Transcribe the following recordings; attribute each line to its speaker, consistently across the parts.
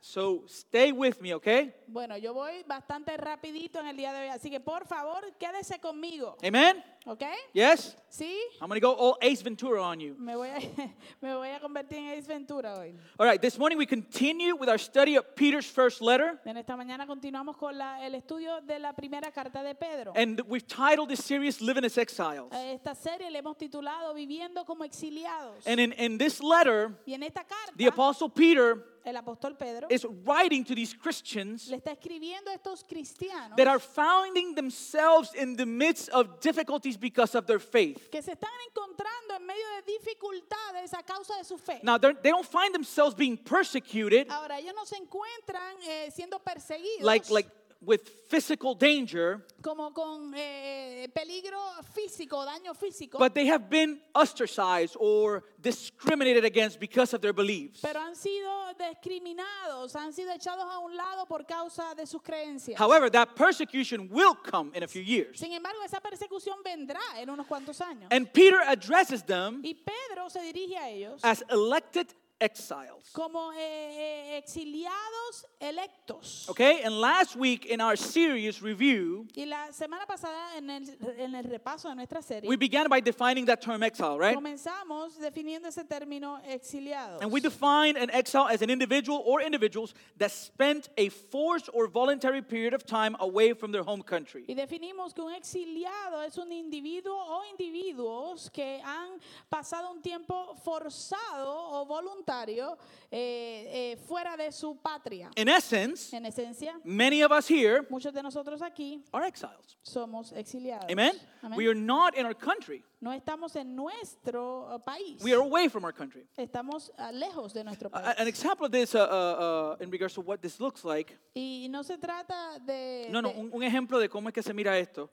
Speaker 1: So stay with me, okay?
Speaker 2: Bueno, yo voy bastante rapidito en el día de hoy, así que por favor, quédese conmigo,
Speaker 1: Amen?
Speaker 2: ¿ok?
Speaker 1: Yes?
Speaker 2: ¿Sí?
Speaker 1: I'm gonna go all Ace Ventura on you.
Speaker 2: Me voy a, me voy a convertir en Ace Ventura hoy.
Speaker 1: All right, this morning we continue with our study of Peter's first letter,
Speaker 2: En esta mañana continuamos con la- el estudio de la primera carta de Pedro.
Speaker 1: and we've titled this series Living as Exiles.
Speaker 2: A Esta serie le hemos titulado Viviendo como exiliados.
Speaker 1: And in, in this letter,
Speaker 2: Y en esta carta,
Speaker 1: the Apostle Peter
Speaker 2: el apóstol Pedro
Speaker 1: is writing to these Christians
Speaker 2: le está escribiendo a estos cristianos
Speaker 1: that are finding themselves in the midst of difficulties because of their faith.
Speaker 2: que se están encontrando en medio de dificultades a causa de su fe.
Speaker 1: Now, they're- they don't find themselves being persecuted
Speaker 2: Ahora, ellos no se encuentran eh, siendo perseguidos
Speaker 1: like, like with physical danger,
Speaker 2: como con eh, peligro físico, daño físico,
Speaker 1: but they have been ostracized or discriminated against because of their beliefs.
Speaker 2: pero han sido discriminados, han sido echados a un lado por causa de sus creencias.
Speaker 1: However, that persecution will come in a few years.
Speaker 2: Sin embargo, esa persecución vendrá en unos cuantos años.
Speaker 1: And Peter addresses them
Speaker 2: Y Pedro se dirige a ellos
Speaker 1: as elected exiles.
Speaker 2: como eh, eh, exiliados electos.
Speaker 1: Okay? And last week in our series review,
Speaker 2: Y la semana pasada, en el, en el repaso de nuestra serie,
Speaker 1: we began by defining that term exile, right?
Speaker 2: comenzamos definiendo ese término exiliados.
Speaker 1: And we define an exile as an individual or individuals that spent a forced or voluntary period of time away from their home country.
Speaker 2: Y definimos que un exiliado es un individuo o individuos que han pasado un tiempo forzado o voluntario eh, eh, fuera de su patria.
Speaker 1: In essence,
Speaker 2: En esencia,
Speaker 1: many of us here
Speaker 2: muchos de nosotros aquí
Speaker 1: are exiles.
Speaker 2: somos exiliados.
Speaker 1: Amen?
Speaker 2: Amén.
Speaker 1: We are not in our country.
Speaker 2: No estamos en nuestro eh, país.
Speaker 1: We are away from our country.
Speaker 2: Estamos ah, lejos de nuestro
Speaker 1: A-
Speaker 2: país.
Speaker 1: An example of this uh, uh, uh, in regards to what this looks like
Speaker 2: y no se trata de...
Speaker 1: No, no,
Speaker 2: Eh, de-
Speaker 1: un, un ejemplo de cómo es que se mira esto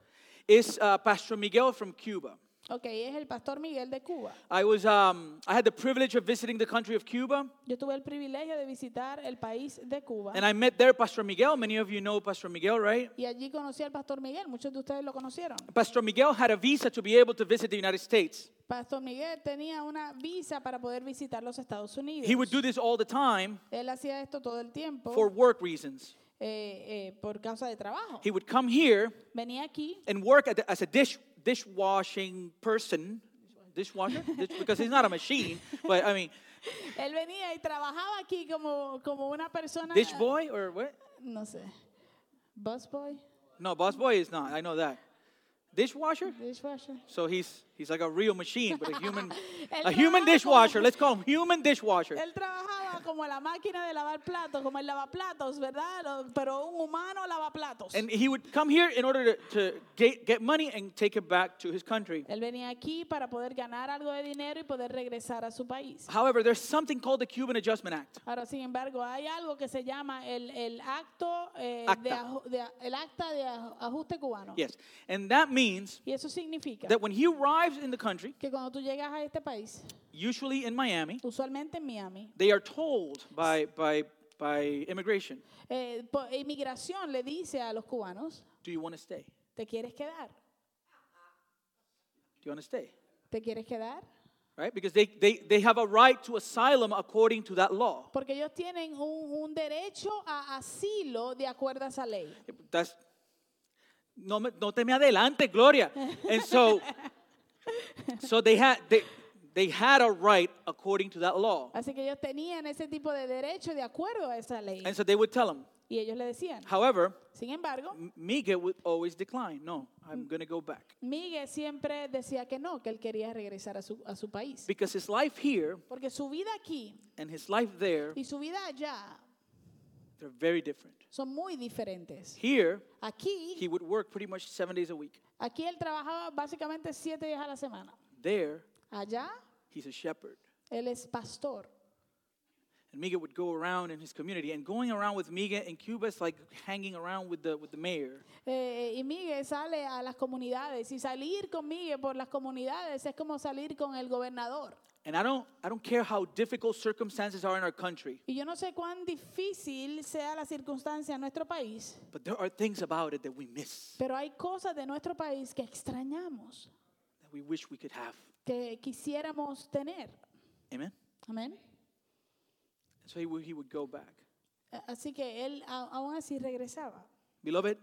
Speaker 1: es uh, Pastor Miguel from Cuba.
Speaker 2: ok, es el pastor Miguel de Cuba.
Speaker 1: I was, um, I had the privilege of visiting the country of Cuba,
Speaker 2: Yo tuve el privilegio de visitar el país de Cuba.
Speaker 1: and I met there Pastor Miguel. Many of you know Pastor Miguel, right?
Speaker 2: Y allí conocí al pastor Miguel, muchos de ustedes lo conocieron.
Speaker 1: Pastor Miguel had a visa to be able to visit the United States.
Speaker 2: Pastor Miguel tenía una visa para poder visitar los Estados Unidos.
Speaker 1: He would do this all the time
Speaker 2: Él hacía esto todo el tiempo
Speaker 1: for work reasons.
Speaker 2: eh, eh, por causa de trabajo.
Speaker 1: He would come here
Speaker 2: Venía aquí,
Speaker 1: and work at the- as a dish dishwashing person, dishwasher, Dish- because he's not a machine, but I mean,
Speaker 2: él venía y trabajaba aquí como, como una persona...
Speaker 1: dish boy or what?
Speaker 2: No sé. Busboy,
Speaker 1: No, boss boy is not. I know that. Dishwasher?
Speaker 2: dishwasher.
Speaker 1: So he's he's like a real machine, but a human
Speaker 2: El
Speaker 1: a human
Speaker 2: trabajo.
Speaker 1: dishwasher. Let's call him human dishwasher.
Speaker 2: Él trabajaba como la máquina de lavar platos, como el lavaplatos, ¿verdad? Lo- Pero un humano lavaplatos.
Speaker 1: And he would come here in order to, to get, get money and take it back to his country.
Speaker 2: Él venía aquí para poder ganar algo de dinero y poder regresar a su país.
Speaker 1: However, there's something called the Cuban Adjustment Act.
Speaker 2: Ahora, sin embargo, hay algo que se llama el, el acto eh,
Speaker 1: Acta.
Speaker 2: De, aju- de a- el acta de aj- ajuste cubano.
Speaker 1: Yes. And that means
Speaker 2: Y eso significa
Speaker 1: that when he arrives in the country,
Speaker 2: que cuando tú llegas a este país,
Speaker 1: usually in Miami,
Speaker 2: usualmente en Miami,
Speaker 1: they are told by by by immigration,
Speaker 2: eh, po- inmigración le dice a los cubanos,
Speaker 1: do you want to stay? Do
Speaker 2: ¿te quieres quedar?
Speaker 1: you want to stay?
Speaker 2: ¿Te quieres quedar?
Speaker 1: Right? Because they, they, they have a right to asylum according to that law.
Speaker 2: Porque ellos tienen un, un derecho a asilo de acuerdo a esa ley.
Speaker 1: That's, no, me, no te me adelante, Gloria. And so, so they had they, they had a right according to that law,
Speaker 2: Así que ellos tenían ese tipo de derecho de acuerdo a esa ley.
Speaker 1: and so they would tell him.
Speaker 2: Y ellos le decían,
Speaker 1: However,
Speaker 2: sin embargo,
Speaker 1: M- Miguel would always decline. No, I'm gonna go back
Speaker 2: Miguel siempre decía que no, que él quería regresar a su, a su país.
Speaker 1: because his life here
Speaker 2: Porque su vida aquí
Speaker 1: and his life there
Speaker 2: y su vida allá
Speaker 1: they're very different.
Speaker 2: son muy diferentes.
Speaker 1: Here,
Speaker 2: Aquí,
Speaker 1: he would work pretty much seven days a week.
Speaker 2: aquí él trabajaba básicamente siete días a la semana.
Speaker 1: There,
Speaker 2: Allá,
Speaker 1: he's a shepherd.
Speaker 2: él es pastor.
Speaker 1: And Miguel would go around in his community, and going around with Miguel in Cuba is like hanging around with the with the mayor.
Speaker 2: Eh, y Miguel sale a las comunidades. Y salir con Miguel por las comunidades es como salir con el gobernador.
Speaker 1: And I don't, I don't care how difficult circumstances are in our country,
Speaker 2: Y yo no sé cuán difícil sea la circunstancia en nuestro país,
Speaker 1: but there are things about it that we miss,
Speaker 2: pero hay cosas de nuestro país que extrañamos,
Speaker 1: that we wish we could have.
Speaker 2: que quisiéramos tener.
Speaker 1: Amen?
Speaker 2: Amén.
Speaker 1: And so he would, he would go back.
Speaker 2: Eh, Así que él a- aún así regresaba.
Speaker 1: Beloved,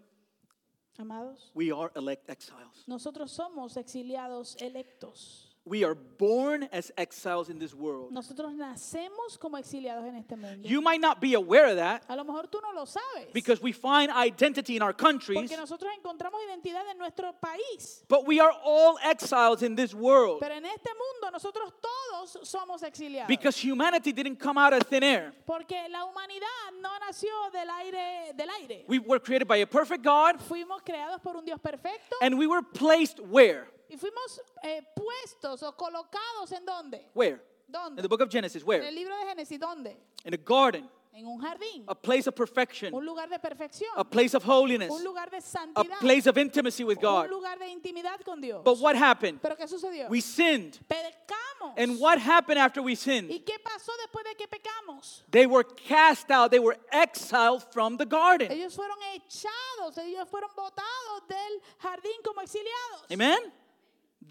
Speaker 2: Amados,
Speaker 1: we are elect exiles.
Speaker 2: nosotros somos exiliados electos.
Speaker 1: We are born as exiles in this world.
Speaker 2: Nosotros nacemos como exiliados en este mundo.
Speaker 1: You might not be aware of that
Speaker 2: A lo mejor tú no lo sabes.
Speaker 1: because we find identity in our countries,
Speaker 2: Porque nosotros encontramos identidad en nuestro país.
Speaker 1: but we are all exiles in this world
Speaker 2: Pero en este mundo nosotros todos somos exiliados.
Speaker 1: because humanity didn't come out of thin air.
Speaker 2: porque la humanidad no nació del aire del aire.
Speaker 1: We were created by a perfect God
Speaker 2: fuimos creados por un Dios perfecto
Speaker 1: and we were placed where?
Speaker 2: y fuimos eh, puestos o colocados en dónde?
Speaker 1: Where? In
Speaker 2: ¿Dónde?
Speaker 1: the book of Genesis,
Speaker 2: En
Speaker 1: where?
Speaker 2: el libro de Génesis, ¿dónde?
Speaker 1: In a garden,
Speaker 2: En un jardín,
Speaker 1: a place of perfection,
Speaker 2: un lugar de perfección,
Speaker 1: a place of holiness,
Speaker 2: un lugar de
Speaker 1: a
Speaker 2: santidad,
Speaker 1: place of intimacy with
Speaker 2: un
Speaker 1: God.
Speaker 2: lugar de intimidad con Dios.
Speaker 1: But what happened?
Speaker 2: Pero ¿qué sucedió?
Speaker 1: We sinned.
Speaker 2: Pecamos.
Speaker 1: And what happened after we sinned?
Speaker 2: ¿Y qué pasó después de que pecamos?
Speaker 1: They were cast out, they were exiled from the garden.
Speaker 2: Ellos fueron echados, ellos fueron botados del jardín como exiliados.
Speaker 1: Amen?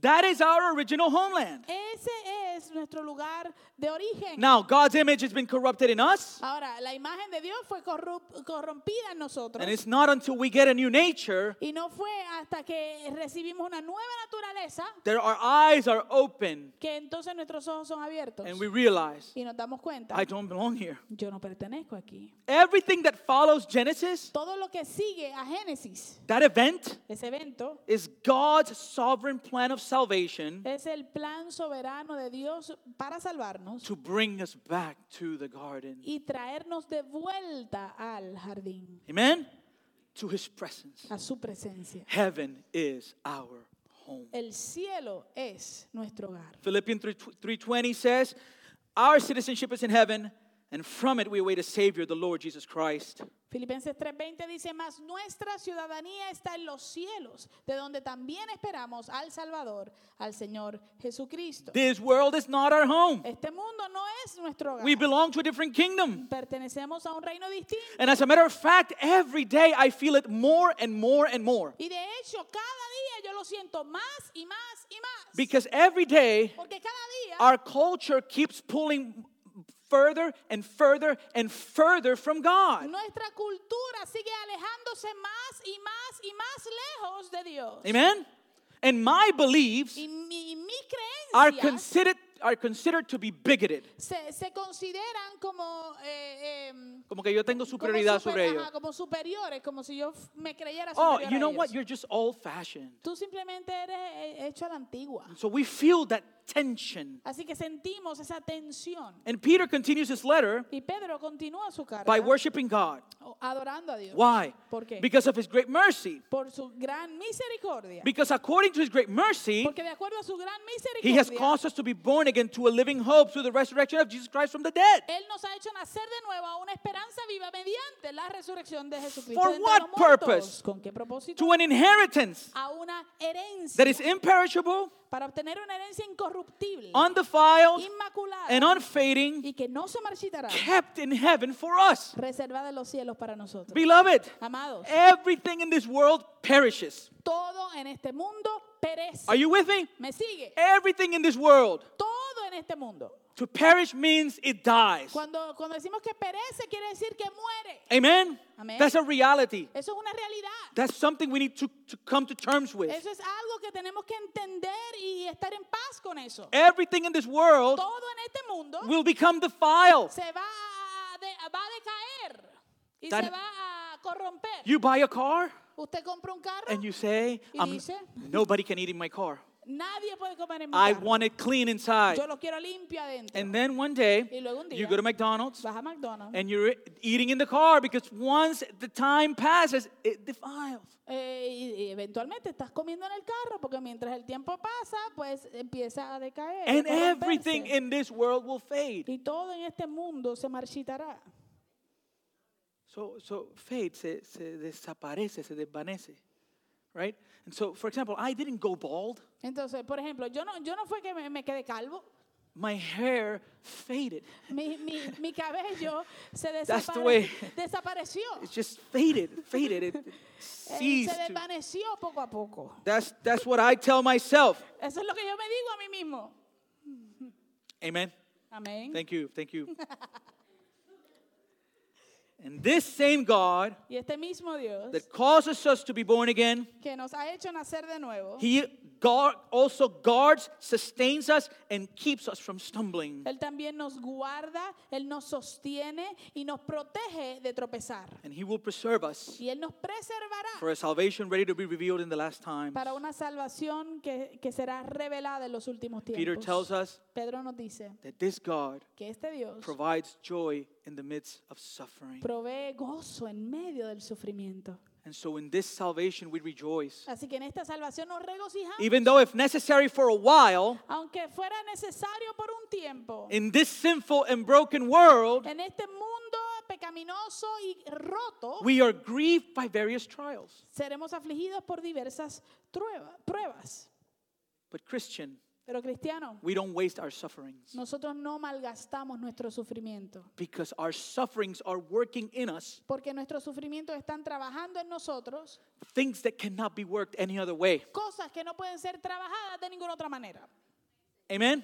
Speaker 1: That is our original homeland.
Speaker 2: Ese es nuestro lugar de origen.
Speaker 1: Now, God's image has been corrupted in us,
Speaker 2: Ahora, la imagen de Dios fue corrup- corrompida en nosotros.
Speaker 1: and it's not until we get a new nature
Speaker 2: Y no fue hasta que recibimos una nueva naturaleza
Speaker 1: that our eyes are open
Speaker 2: que entonces nuestros ojos son abiertos
Speaker 1: and we realize,
Speaker 2: y nos damos cuenta,
Speaker 1: I don't belong here.
Speaker 2: yo no pertenezco aquí.
Speaker 1: Everything that follows Genesis,
Speaker 2: Todo lo que sigue a Génesis,
Speaker 1: that event,
Speaker 2: ese evento,
Speaker 1: is God's sovereign plan of salvation
Speaker 2: es el plan soberano de Dios para salvarnos
Speaker 1: to bring us back to the garden.
Speaker 2: y traernos de vuelta al jardín,
Speaker 1: Amen? To his presence.
Speaker 2: a su presencia.
Speaker 1: Heaven is our home.
Speaker 2: El cielo es nuestro hogar.
Speaker 1: Philippians 3:20 says, "Our citizenship is in heaven, and from it we await a savior, the Lord Jesus Christ."
Speaker 2: Filipenses 3:20 dice, mas nuestra ciudadanía está en los cielos, de donde también esperamos al Salvador, al Señor Jesucristo.
Speaker 1: This world is not our home.
Speaker 2: Este mundo no es nuestro hogar.
Speaker 1: We belong to a different kingdom.
Speaker 2: Pertenecemos a un reino distinto.
Speaker 1: And as a matter of fact, every day I feel it more and more and more.
Speaker 2: Y de hecho, cada día yo lo siento más y más y más.
Speaker 1: Because every day
Speaker 2: porque cada día
Speaker 1: our culture keeps pulling further and further and further from God.
Speaker 2: nuestra cultura sigue alejándose más y más y más lejos de Dios.
Speaker 1: Amen. And my beliefs
Speaker 2: Y mi, mis
Speaker 1: are
Speaker 2: creencias
Speaker 1: considered are considered to be bigoted.
Speaker 2: se, se consideran como... eh, em,
Speaker 1: Como que yo tengo
Speaker 2: como
Speaker 1: superioridad
Speaker 2: super-
Speaker 1: sobre
Speaker 2: ajá,
Speaker 1: ellos.
Speaker 2: como superiores, como si yo f- me creyera
Speaker 1: Oh,
Speaker 2: superior
Speaker 1: you
Speaker 2: a
Speaker 1: know what?
Speaker 2: ellos.
Speaker 1: You're just old fashioned.
Speaker 2: Tú simplemente eres eh, hecho a la antigua.
Speaker 1: So we feel that tension.
Speaker 2: Así que sentimos esa tensión.
Speaker 1: And Peter continues his letter
Speaker 2: Y Pedro continúa su carta
Speaker 1: by worshiping God.
Speaker 2: o- adorando a Dios.
Speaker 1: Why?
Speaker 2: ¿Por qué?
Speaker 1: Because of his great mercy.
Speaker 2: Por su gran misericordia.
Speaker 1: Because according to his great mercy,
Speaker 2: Porque de acuerdo a su gran
Speaker 1: he has
Speaker 2: misericordia,
Speaker 1: caused us to be born again to a living hope through the resurrection of Jesus Christ from the dead.
Speaker 2: Él nos ha hecho nacer de nuevo a una esperanza viva mediante la resurrección de Jesucristo.
Speaker 1: For
Speaker 2: de entre
Speaker 1: what
Speaker 2: los muertos.
Speaker 1: purpose?
Speaker 2: ¿Con qué propósito?
Speaker 1: To an inheritance
Speaker 2: A una herencia.
Speaker 1: that is imperishable,
Speaker 2: Para obtener una herencia incorruptible,
Speaker 1: undefiled,
Speaker 2: inmaculada.
Speaker 1: and unfading,
Speaker 2: y que no se marchitará,
Speaker 1: kept in heaven for us.
Speaker 2: reservada en los cielos para nosotros.
Speaker 1: Beloved,
Speaker 2: Amados,
Speaker 1: Eh everything in this world perishes.
Speaker 2: todo en este mundo perece.
Speaker 1: Are you with me?
Speaker 2: ¿Me sigue?
Speaker 1: Eh Everything in this world
Speaker 2: Todo en este mundo.
Speaker 1: To perish means it dies.
Speaker 2: Cuando, cuando decimos que perece, quiere decir que muere.
Speaker 1: Amen?
Speaker 2: Amen.
Speaker 1: That's a reality.
Speaker 2: Eso es una realidad.
Speaker 1: That's something we need to, to come to terms with.
Speaker 2: Eso es algo que tenemos que entender y estar en paz con eso.
Speaker 1: Eh Everything in this world
Speaker 2: Todo en este mundo
Speaker 1: will become defiled.
Speaker 2: se va a, a- de- va a decaer y
Speaker 1: That-
Speaker 2: se va a corromper.
Speaker 1: You buy a car
Speaker 2: Usted compra un carro,
Speaker 1: and you say,
Speaker 2: Y
Speaker 1: I'm,
Speaker 2: dice-
Speaker 1: nobody can eat in my car.
Speaker 2: nadie puede comer en mi
Speaker 1: I
Speaker 2: carro.
Speaker 1: want it clean inside.
Speaker 2: Yo lo quiero limpio adentro.
Speaker 1: And then one day,
Speaker 2: Y luego un
Speaker 1: you
Speaker 2: día-
Speaker 1: go to McDonald's
Speaker 2: Vas a McDonald's.
Speaker 1: and you're eating in the car because once the time passes, it defiles.
Speaker 2: Eh, y, y eventualmente estás comiendo en el carro porque mientras el tiempo pasa, pues empieza a decaer. a
Speaker 1: And
Speaker 2: corromperse.
Speaker 1: everything in this world will fade.
Speaker 2: y todo en este mundo se marchitará.
Speaker 1: So, so fade, se, se desaparece, se desvanece, right? And so, for example, I didn't go bald.
Speaker 2: Entonces, por ejemplo, yo no, yo no fue que me, me quedé calvo.
Speaker 1: My hair faded.
Speaker 2: Mi, mi, mi cabello se
Speaker 1: That's the
Speaker 2: desapare-
Speaker 1: way-
Speaker 2: desapareció.
Speaker 1: It just faded, faded. It, it
Speaker 2: Eh,
Speaker 1: ceased.
Speaker 2: se
Speaker 1: to-
Speaker 2: desvaneció poco a poco.
Speaker 1: that's, that's what I tell myself.
Speaker 2: Eso es lo que yo me digo a mí mismo.
Speaker 1: Amen.
Speaker 2: Amén.
Speaker 1: Thank you. Thank you. And this same God
Speaker 2: Y este mismo Dios
Speaker 1: that causes us to be born again,
Speaker 2: que nos ha hecho nacer de nuevo,
Speaker 1: He guard, also guards, sustains us, and keeps us from stumbling.
Speaker 2: Él también nos guarda, Él nos sostiene y nos protege de tropezar.
Speaker 1: And He will preserve us
Speaker 2: Y Él nos preservará
Speaker 1: for a salvation ready to be revealed in the last times.
Speaker 2: para una salvación que, que será revelada en los últimos
Speaker 1: Peter tells
Speaker 2: tiempos.
Speaker 1: us
Speaker 2: Pedro nos dice
Speaker 1: that this God
Speaker 2: que este Dios
Speaker 1: provides joy in the midst of suffering.
Speaker 2: provee gozo en medio del sufrimiento.
Speaker 1: And so in this salvation we rejoice.
Speaker 2: Así que en esta salvación nos regocijamos,
Speaker 1: Even though, if necessary for a while,
Speaker 2: aunque fuera necesario por un tiempo.
Speaker 1: in this sinful and broken world,
Speaker 2: En este mundo pecaminoso y roto,
Speaker 1: we are grieved by various trials.
Speaker 2: seremos afligidos por diversas trueba- pruebas.
Speaker 1: But, Christian,
Speaker 2: Pero cristiano,
Speaker 1: we don't waste our sufferings
Speaker 2: nosotros no malgastamos nuestro sufrimiento,
Speaker 1: because our sufferings are working in us
Speaker 2: porque nuestros sufrimientos están trabajando en nosotros
Speaker 1: things that cannot be worked any other way.
Speaker 2: cosas que no pueden ser trabajadas de ninguna otra manera.
Speaker 1: Amen?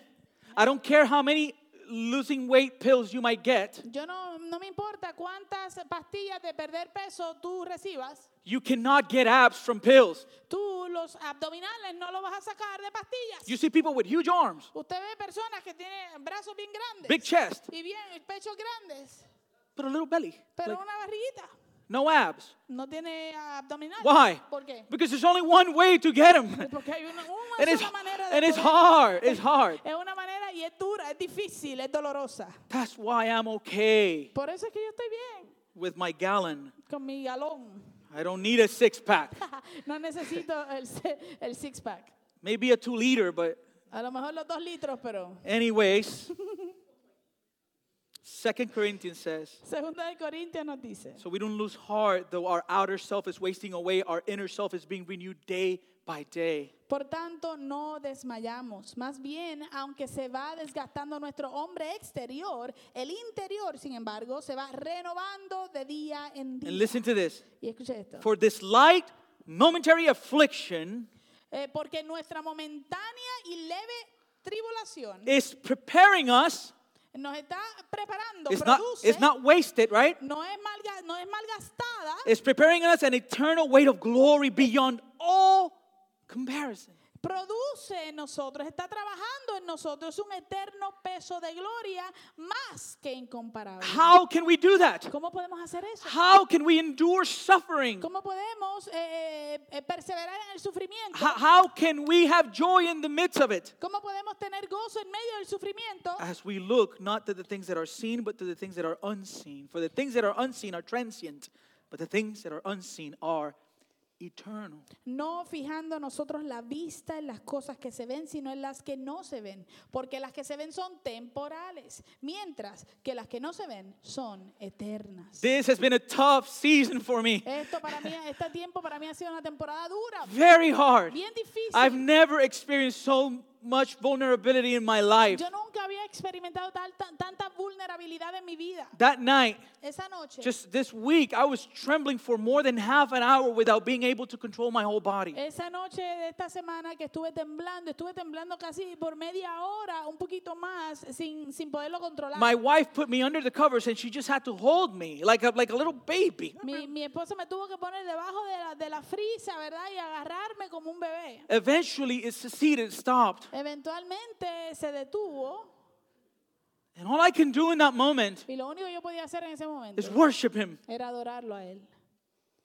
Speaker 1: I don't care how many losing weight pills you might get,
Speaker 2: Yo no, no me importa cuántas pastillas de perder peso tú recibas,
Speaker 1: you cannot get abs from pills.
Speaker 2: tú los abdominales no los vas a sacar de pastillas.
Speaker 1: You see people with huge arms,
Speaker 2: Usted ve personas que tienen brazos bien grandes
Speaker 1: big chest,
Speaker 2: y bien pechos grandes.
Speaker 1: but a little belly.
Speaker 2: Pero
Speaker 1: Like,
Speaker 2: una barriguita
Speaker 1: no abs.
Speaker 2: no tiene abdominal.
Speaker 1: Why?
Speaker 2: ¿Por qué?
Speaker 1: Because there's only one way to get them.
Speaker 2: Porque hay una, una
Speaker 1: And it's,
Speaker 2: sola manera de
Speaker 1: and it's
Speaker 2: poder-
Speaker 1: hard. It's hard.
Speaker 2: Es una manera y es dura, es difícil, es dolorosa.
Speaker 1: That's why I'm okay
Speaker 2: Por eso es que yo estoy bien
Speaker 1: with my gallon.
Speaker 2: con mi galón.
Speaker 1: I don't need a six pack.
Speaker 2: No necesito el, se- el six pack.
Speaker 1: Maybe a two liter, but
Speaker 2: A lo mejor los dos litros, pero.
Speaker 1: anyways. Second Corinthians says,
Speaker 2: Segunda de Corintios nos dice.
Speaker 1: so we don't lose heart, though our outer self is wasting away, our inner self is being renewed day by day.
Speaker 2: Por tanto, no desmayamos. Más bien, aunque se va desgastando nuestro hombre exterior, el interior, sin embargo, se va renovando de día en
Speaker 1: And
Speaker 2: día.
Speaker 1: listen to this.
Speaker 2: Y escuche esto.
Speaker 1: For this light, momentary affliction
Speaker 2: Eh, porque nuestra momentánea y leve tribulación
Speaker 1: is preparing us.
Speaker 2: nos está preparando,
Speaker 1: It's not,
Speaker 2: produce,
Speaker 1: it's not wasted, right?
Speaker 2: no, es malga- no es malgastada,
Speaker 1: It's preparing us an eternal weight of glory beyond all comparison.
Speaker 2: produce en nosotros, está trabajando en nosotros un eterno peso de gloria más que incomparable.
Speaker 1: How can we do that?
Speaker 2: ¿Cómo podemos hacer eso?
Speaker 1: How can we endure suffering?
Speaker 2: ¿Cómo podemos eh, eh, perseverar en el sufrimiento?
Speaker 1: How, how can we have joy in the midst of it?
Speaker 2: ¿Cómo podemos tener gozo en medio del sufrimiento?
Speaker 1: As we look not to the things that are seen, but to the things that are unseen. For the things that are unseen are transient, but the things that are unseen are eternal.
Speaker 2: No fijando nosotros la vista en las cosas que se ven, sino en las que no se ven, porque las que se ven son temporales, mientras que las que no se ven son eternas.
Speaker 1: This has been a tough season for me,
Speaker 2: Esto para mí, este tiempo para mí ha sido una temporada dura,
Speaker 1: very hard.
Speaker 2: bien difícil.
Speaker 1: I've never experienced so much vulnerability in my life.
Speaker 2: Yo nunca había experimentado tal- tan- tanta vulnerabilidad en mi vida.
Speaker 1: That night,
Speaker 2: Esa noche,
Speaker 1: just this week, I was trembling for more than half an hour without being able to control my whole body.
Speaker 2: esa noche de esta semana que estuve temblando, estuve temblando casi por media hora, un poquito más, sin, sin poderlo controlar.
Speaker 1: My wife put me under the covers and she just had to hold me like a, like a little baby.
Speaker 2: Mi, mi esposo me tuvo que poner debajo de la, de la frisa, ¿verdad? Y agarrarme como un bebé.
Speaker 1: Eventually, it seceded, stopped.
Speaker 2: Eventualmente se detuvo
Speaker 1: And all I can do in that moment
Speaker 2: y lo único que yo podía hacer en ese
Speaker 1: is
Speaker 2: momento
Speaker 1: worship him
Speaker 2: era adorarlo a él.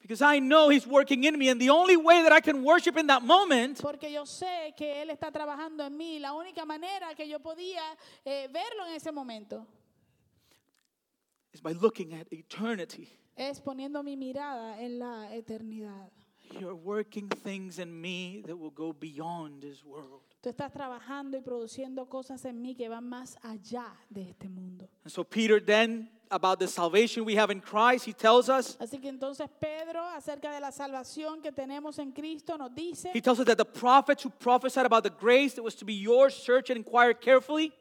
Speaker 1: because I know he's working in me. And the only way that I can worship in that moment
Speaker 2: Porque yo sé que él está trabajando en mí. La única manera que yo podía eh, verlo en ese momento
Speaker 1: is by looking at eternity.
Speaker 2: es poniendo mi mirada en la eternidad.
Speaker 1: You're working things in me that will go beyond this world.
Speaker 2: Tú estás trabajando y produciendo cosas en mí que van más allá de este mundo.
Speaker 1: And so, Peter, then, about the salvation we have in Christ, he tells us.
Speaker 2: Así que entonces Pedro, acerca de la salvación que tenemos en Cristo, nos dice...
Speaker 1: He tells us that the prophets who prophesied about the grace that was to be yours search and inquire carefully.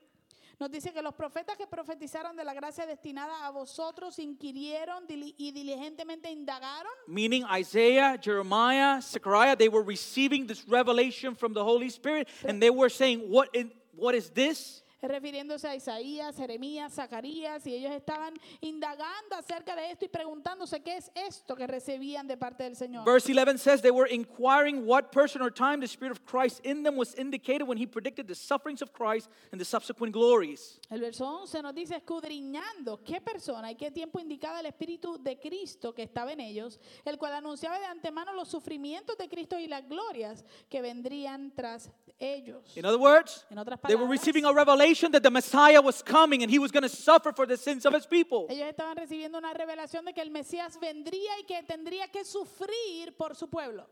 Speaker 2: Nos dice que los profetas que profetizaron de la gracia destinada a vosotros inquirieron dili- y diligentemente indagaron.
Speaker 1: meaning Isaiah, Jeremiah, Zechariah, they were receiving this revelation from the Holy Spirit and they were saying, What is, what is this?
Speaker 2: refiriéndose a Isaías, Jeremías, Zacarías, y ellos estaban indagando acerca de esto y preguntándose qué es esto que recibían de parte del Señor.
Speaker 1: Verse 11 says they were inquiring what person or time the Spirit of Christ in them was indicated when he predicted the sufferings of Christ and the subsequent glories.
Speaker 2: El verso 11 nos dice, escudriñando qué persona y qué tiempo indicaba el Espíritu de Cristo que estaba en ellos, el cual anunciaba de antemano los sufrimientos de Cristo y las glorias que vendrían tras ellos.
Speaker 1: In other words,
Speaker 2: En otras
Speaker 1: they were
Speaker 2: palabras,
Speaker 1: receiving a revelation that the Messiah was coming and he was going to suffer for the sins of his people.
Speaker 2: ellos estaban recibiendo una revelación de que el Mesías vendría y que tendría que sufrir por su pueblo.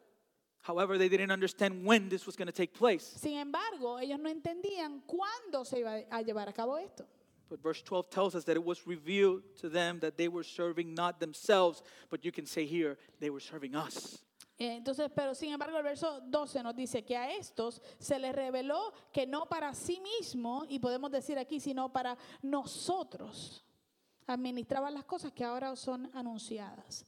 Speaker 1: However, they didn't understand when this was going to take place.
Speaker 2: Sin embargo, ellos no entendían cuándo se iba a llevar a cabo esto.
Speaker 1: But verse 12 tells us that it was revealed to them that they were serving not themselves, but you can say here, they were serving us.
Speaker 2: Eh, Entonces, pero sin embargo, el verso 12 nos dice que a estos se les reveló que no para sí mismo, y podemos decir aquí, sino para nosotros, administraban las cosas que ahora os son anunciadas.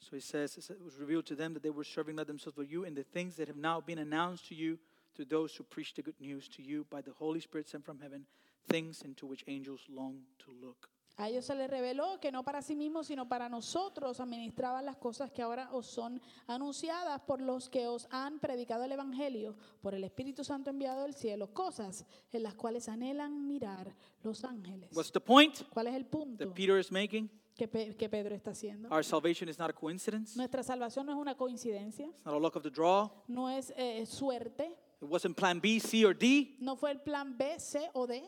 Speaker 1: So he says, it was revealed to them that they were serving not themselves but you in the things that have now been announced to you to those who preach the good news to you by the Holy Spirit sent from heaven, things into which angels long to look.
Speaker 2: A ellos se les reveló que no para sí mismos, sino para nosotros administraban las cosas que ahora os son anunciadas por los que os han predicado el Evangelio, por el Espíritu Santo enviado del cielo, cosas en las cuales anhelan mirar los ángeles.
Speaker 1: What's the point
Speaker 2: ¿Cuál es el punto
Speaker 1: that Peter is making?
Speaker 2: que, Pe- que Pedro está haciendo?
Speaker 1: Our salvation is not a coincidence.
Speaker 2: Nuestra salvación no es una coincidencia,
Speaker 1: It's not a luck of the draw.
Speaker 2: no es eh, suerte,
Speaker 1: It wasn't plan B, C, or D.
Speaker 2: no fue el plan B, C o D.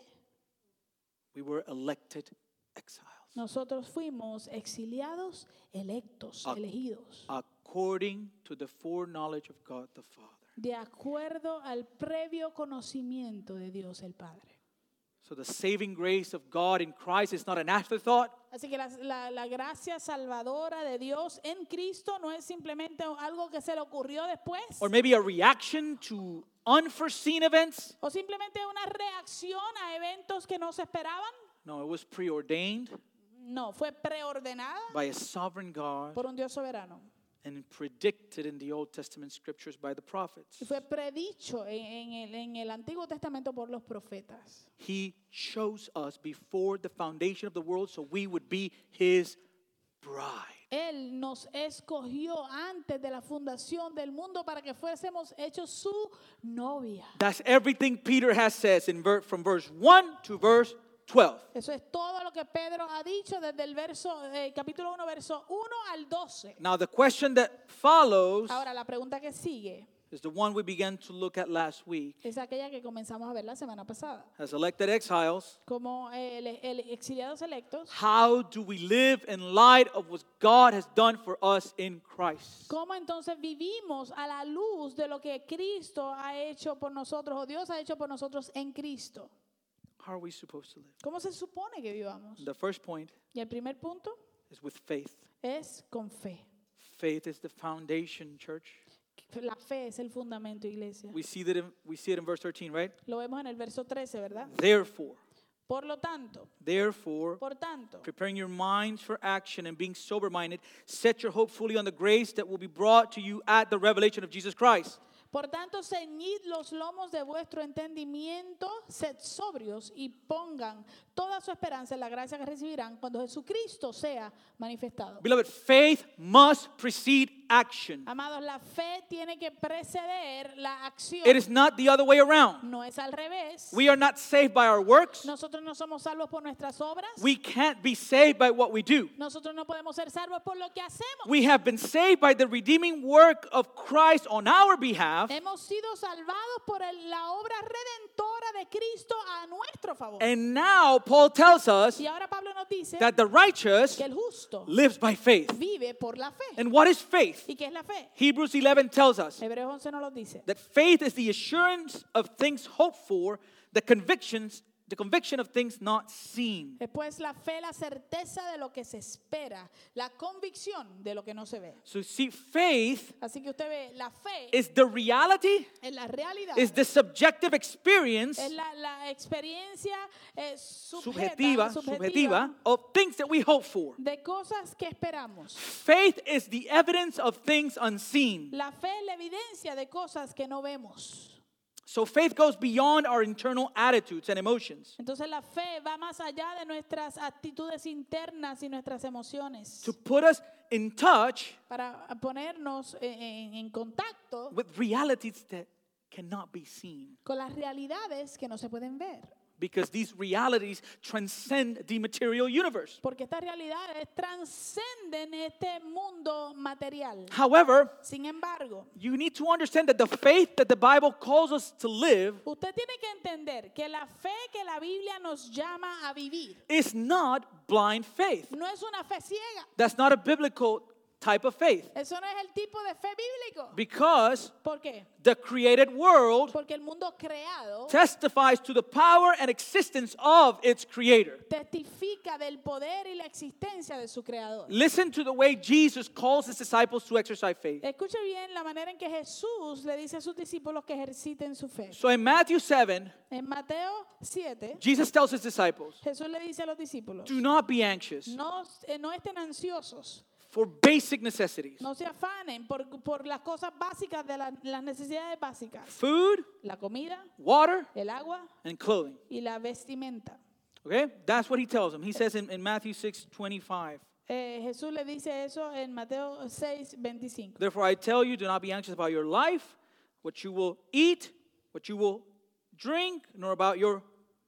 Speaker 1: We were elected exiles
Speaker 2: Nosotros fuimos exiliados, electos,
Speaker 1: Ah.
Speaker 2: elegidos,
Speaker 1: according to the foreknowledge of God the Father.
Speaker 2: de acuerdo al previo conocimiento de Dios el Padre.
Speaker 1: So the saving grace of God in Christ is not an afterthought.
Speaker 2: Así que la, la- la gracia salvadora de Dios en Cristo no es simplemente algo que se le ocurrió después
Speaker 1: or maybe a reaction to unforeseen events.
Speaker 2: o simplemente una reacción a eventos que no se esperaban.
Speaker 1: No, it was preordained
Speaker 2: No, fue preordenada
Speaker 1: by a sovereign God
Speaker 2: por un Dios soberano.
Speaker 1: and predicted in the Old Testament scriptures by the prophets.
Speaker 2: Y fue predicho en, en el, en el Antiguo Testamento por los profetas.
Speaker 1: He chose us before the foundation of the world so we would be his bride.
Speaker 2: Él nos escogió antes de la fundación del mundo para que fuésemos hechos su novia.
Speaker 1: That's everything Peter has says in ver- from verse 1 to verse 12.
Speaker 2: Eso es todo lo que Pedro ha dicho desde el verso, eh, capítulo 1, verso 1 al 12.
Speaker 1: Now the question that follows
Speaker 2: Ahora, la pregunta que sigue
Speaker 1: is the one we began to look at last week.
Speaker 2: es aquella que comenzamos a ver la semana pasada.
Speaker 1: As elected exiles,
Speaker 2: Como eh, el- el exiliados electos,
Speaker 1: How do we live in light of what God has done for us in Christ?
Speaker 2: ¿Cómo entonces vivimos a la luz de lo que Cristo ha hecho por nosotros o Dios ha hecho por nosotros en Cristo?
Speaker 1: How are we supposed to live?
Speaker 2: ¿Cómo se supone que vivamos?
Speaker 1: The first point
Speaker 2: Y el primer punto
Speaker 1: is with faith.
Speaker 2: es con fe.
Speaker 1: Faith is the foundation, church.
Speaker 2: La fe es el fundamento, iglesia.
Speaker 1: We see that in, we see it in verse 13, right?
Speaker 2: Lo vemos en el verso 13, ¿verdad?
Speaker 1: Therefore,
Speaker 2: Por lo tanto,
Speaker 1: therefore,
Speaker 2: por tanto,
Speaker 1: preparing your minds for action and being sober-minded, set your hope fully on the grace that will be brought to you at the revelation of Jesus Christ.
Speaker 2: por tanto, ceñid los lomos de vuestro entendimiento, sed sobrios y pongan toda su esperanza en la gracia que recibirán cuando Jesucristo sea manifestado.
Speaker 1: Beloved, faith must precede action.
Speaker 2: Amados, la fe tiene que preceder la acción.
Speaker 1: It is not the other way around.
Speaker 2: No es al revés.
Speaker 1: We are not saved by our works.
Speaker 2: Nosotros no somos salvos por nuestras obras.
Speaker 1: We can't be saved by what we do.
Speaker 2: Nosotros no podemos ser salvos por lo que hacemos.
Speaker 1: We have been saved by the redeeming work of Christ on our behalf,
Speaker 2: Hemos sido salvados por el- la obra redentora de Cristo a nuestro favor.
Speaker 1: and now Paul tells us
Speaker 2: Y ahora Pablo nos dice
Speaker 1: that the righteous
Speaker 2: que el justo
Speaker 1: lives by faith.
Speaker 2: vive por la fe.
Speaker 1: And what is faith?
Speaker 2: ¿Y qué es la fe?
Speaker 1: Hebrews 11 tells us
Speaker 2: Hebreos 11 nos lo dice.
Speaker 1: that faith is the assurance of things hoped for, the convictions, the conviction of things not seen.
Speaker 2: Después pues la fe, la certeza de lo que se espera, la convicción de lo que no se ve.
Speaker 1: So see, faith
Speaker 2: Así que usted ve, la fe
Speaker 1: is the reality,
Speaker 2: es la realidad,
Speaker 1: is the subjective experience,
Speaker 2: es la, la experiencia eh, sujeta,
Speaker 1: subjetiva, subjetiva, of things that we hope for.
Speaker 2: de cosas que esperamos.
Speaker 1: Faith is the evidence of things unseen.
Speaker 2: La fe es la evidencia de cosas que no vemos.
Speaker 1: So faith goes beyond our internal attitudes and emotions
Speaker 2: Entonces la fe va más allá de nuestras actitudes internas y nuestras emociones
Speaker 1: to put us in touch
Speaker 2: para ponernos en, en- en contacto
Speaker 1: with realities that cannot be seen
Speaker 2: con las realidades que no se pueden ver.
Speaker 1: because these realities transcend the material universe.
Speaker 2: Porque estas realidades transcenden este mundo material.
Speaker 1: However,
Speaker 2: Sin embargo,
Speaker 1: you need to understand that the faith that the Bible calls us to live
Speaker 2: usted tiene que entender que la fe que la Biblia nos llama a vivir
Speaker 1: is not blind faith.
Speaker 2: no es una fe ciega.
Speaker 1: That's not a biblical type of faith
Speaker 2: Eso no es el tipo de fe bíblico.
Speaker 1: because
Speaker 2: ¿Por qué?
Speaker 1: the created world
Speaker 2: Porque el mundo creado
Speaker 1: testifies to the power and existence of its creator.
Speaker 2: testifica del poder y la existencia de su creador.
Speaker 1: Listen to the way Jesus calls his disciples to exercise faith.
Speaker 2: Escuche bien la manera en que Jesús le dice a sus discípulos que ejerciten su fe.
Speaker 1: So in Matthew 7,
Speaker 2: En Mateo 7,
Speaker 1: Jesus tells his disciples,
Speaker 2: Jesús le dice a los discípulos,
Speaker 1: Do not be anxious
Speaker 2: no, eh, no estén ansiosos,
Speaker 1: for basic necessities
Speaker 2: no se afanen por, por las cosas básicas, de la- las necesidades básicas,
Speaker 1: food,
Speaker 2: la comida,
Speaker 1: water,
Speaker 2: el agua
Speaker 1: and clothing.
Speaker 2: y la vestimenta.
Speaker 1: Okay? That's what he tells them. He says in, in Matthew 6 25,
Speaker 2: Eh, Jesús le dice eso en Mateo 6, 25.
Speaker 1: Therefore I tell you, do not be anxious about your life, what you will eat, what you will drink, nor about your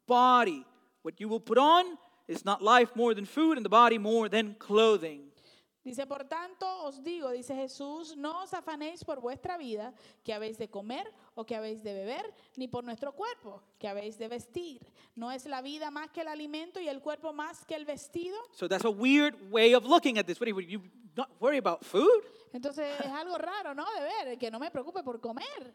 Speaker 1: body. What you will put on is not life more than food, and the body more than clothing.
Speaker 2: Dice, por tanto os digo, dice Jesús, no os afanéis por vuestra vida, que habéis de comer o que habéis de beber, ni por nuestro cuerpo, que habéis de vestir. ¿No es la vida más que el alimento y el cuerpo más que el vestido?
Speaker 1: So that's a weird way of looking at this. What do you, you not worry about food?
Speaker 2: Entonces es algo raro, ¿no? De ver, que no me preocupe por comer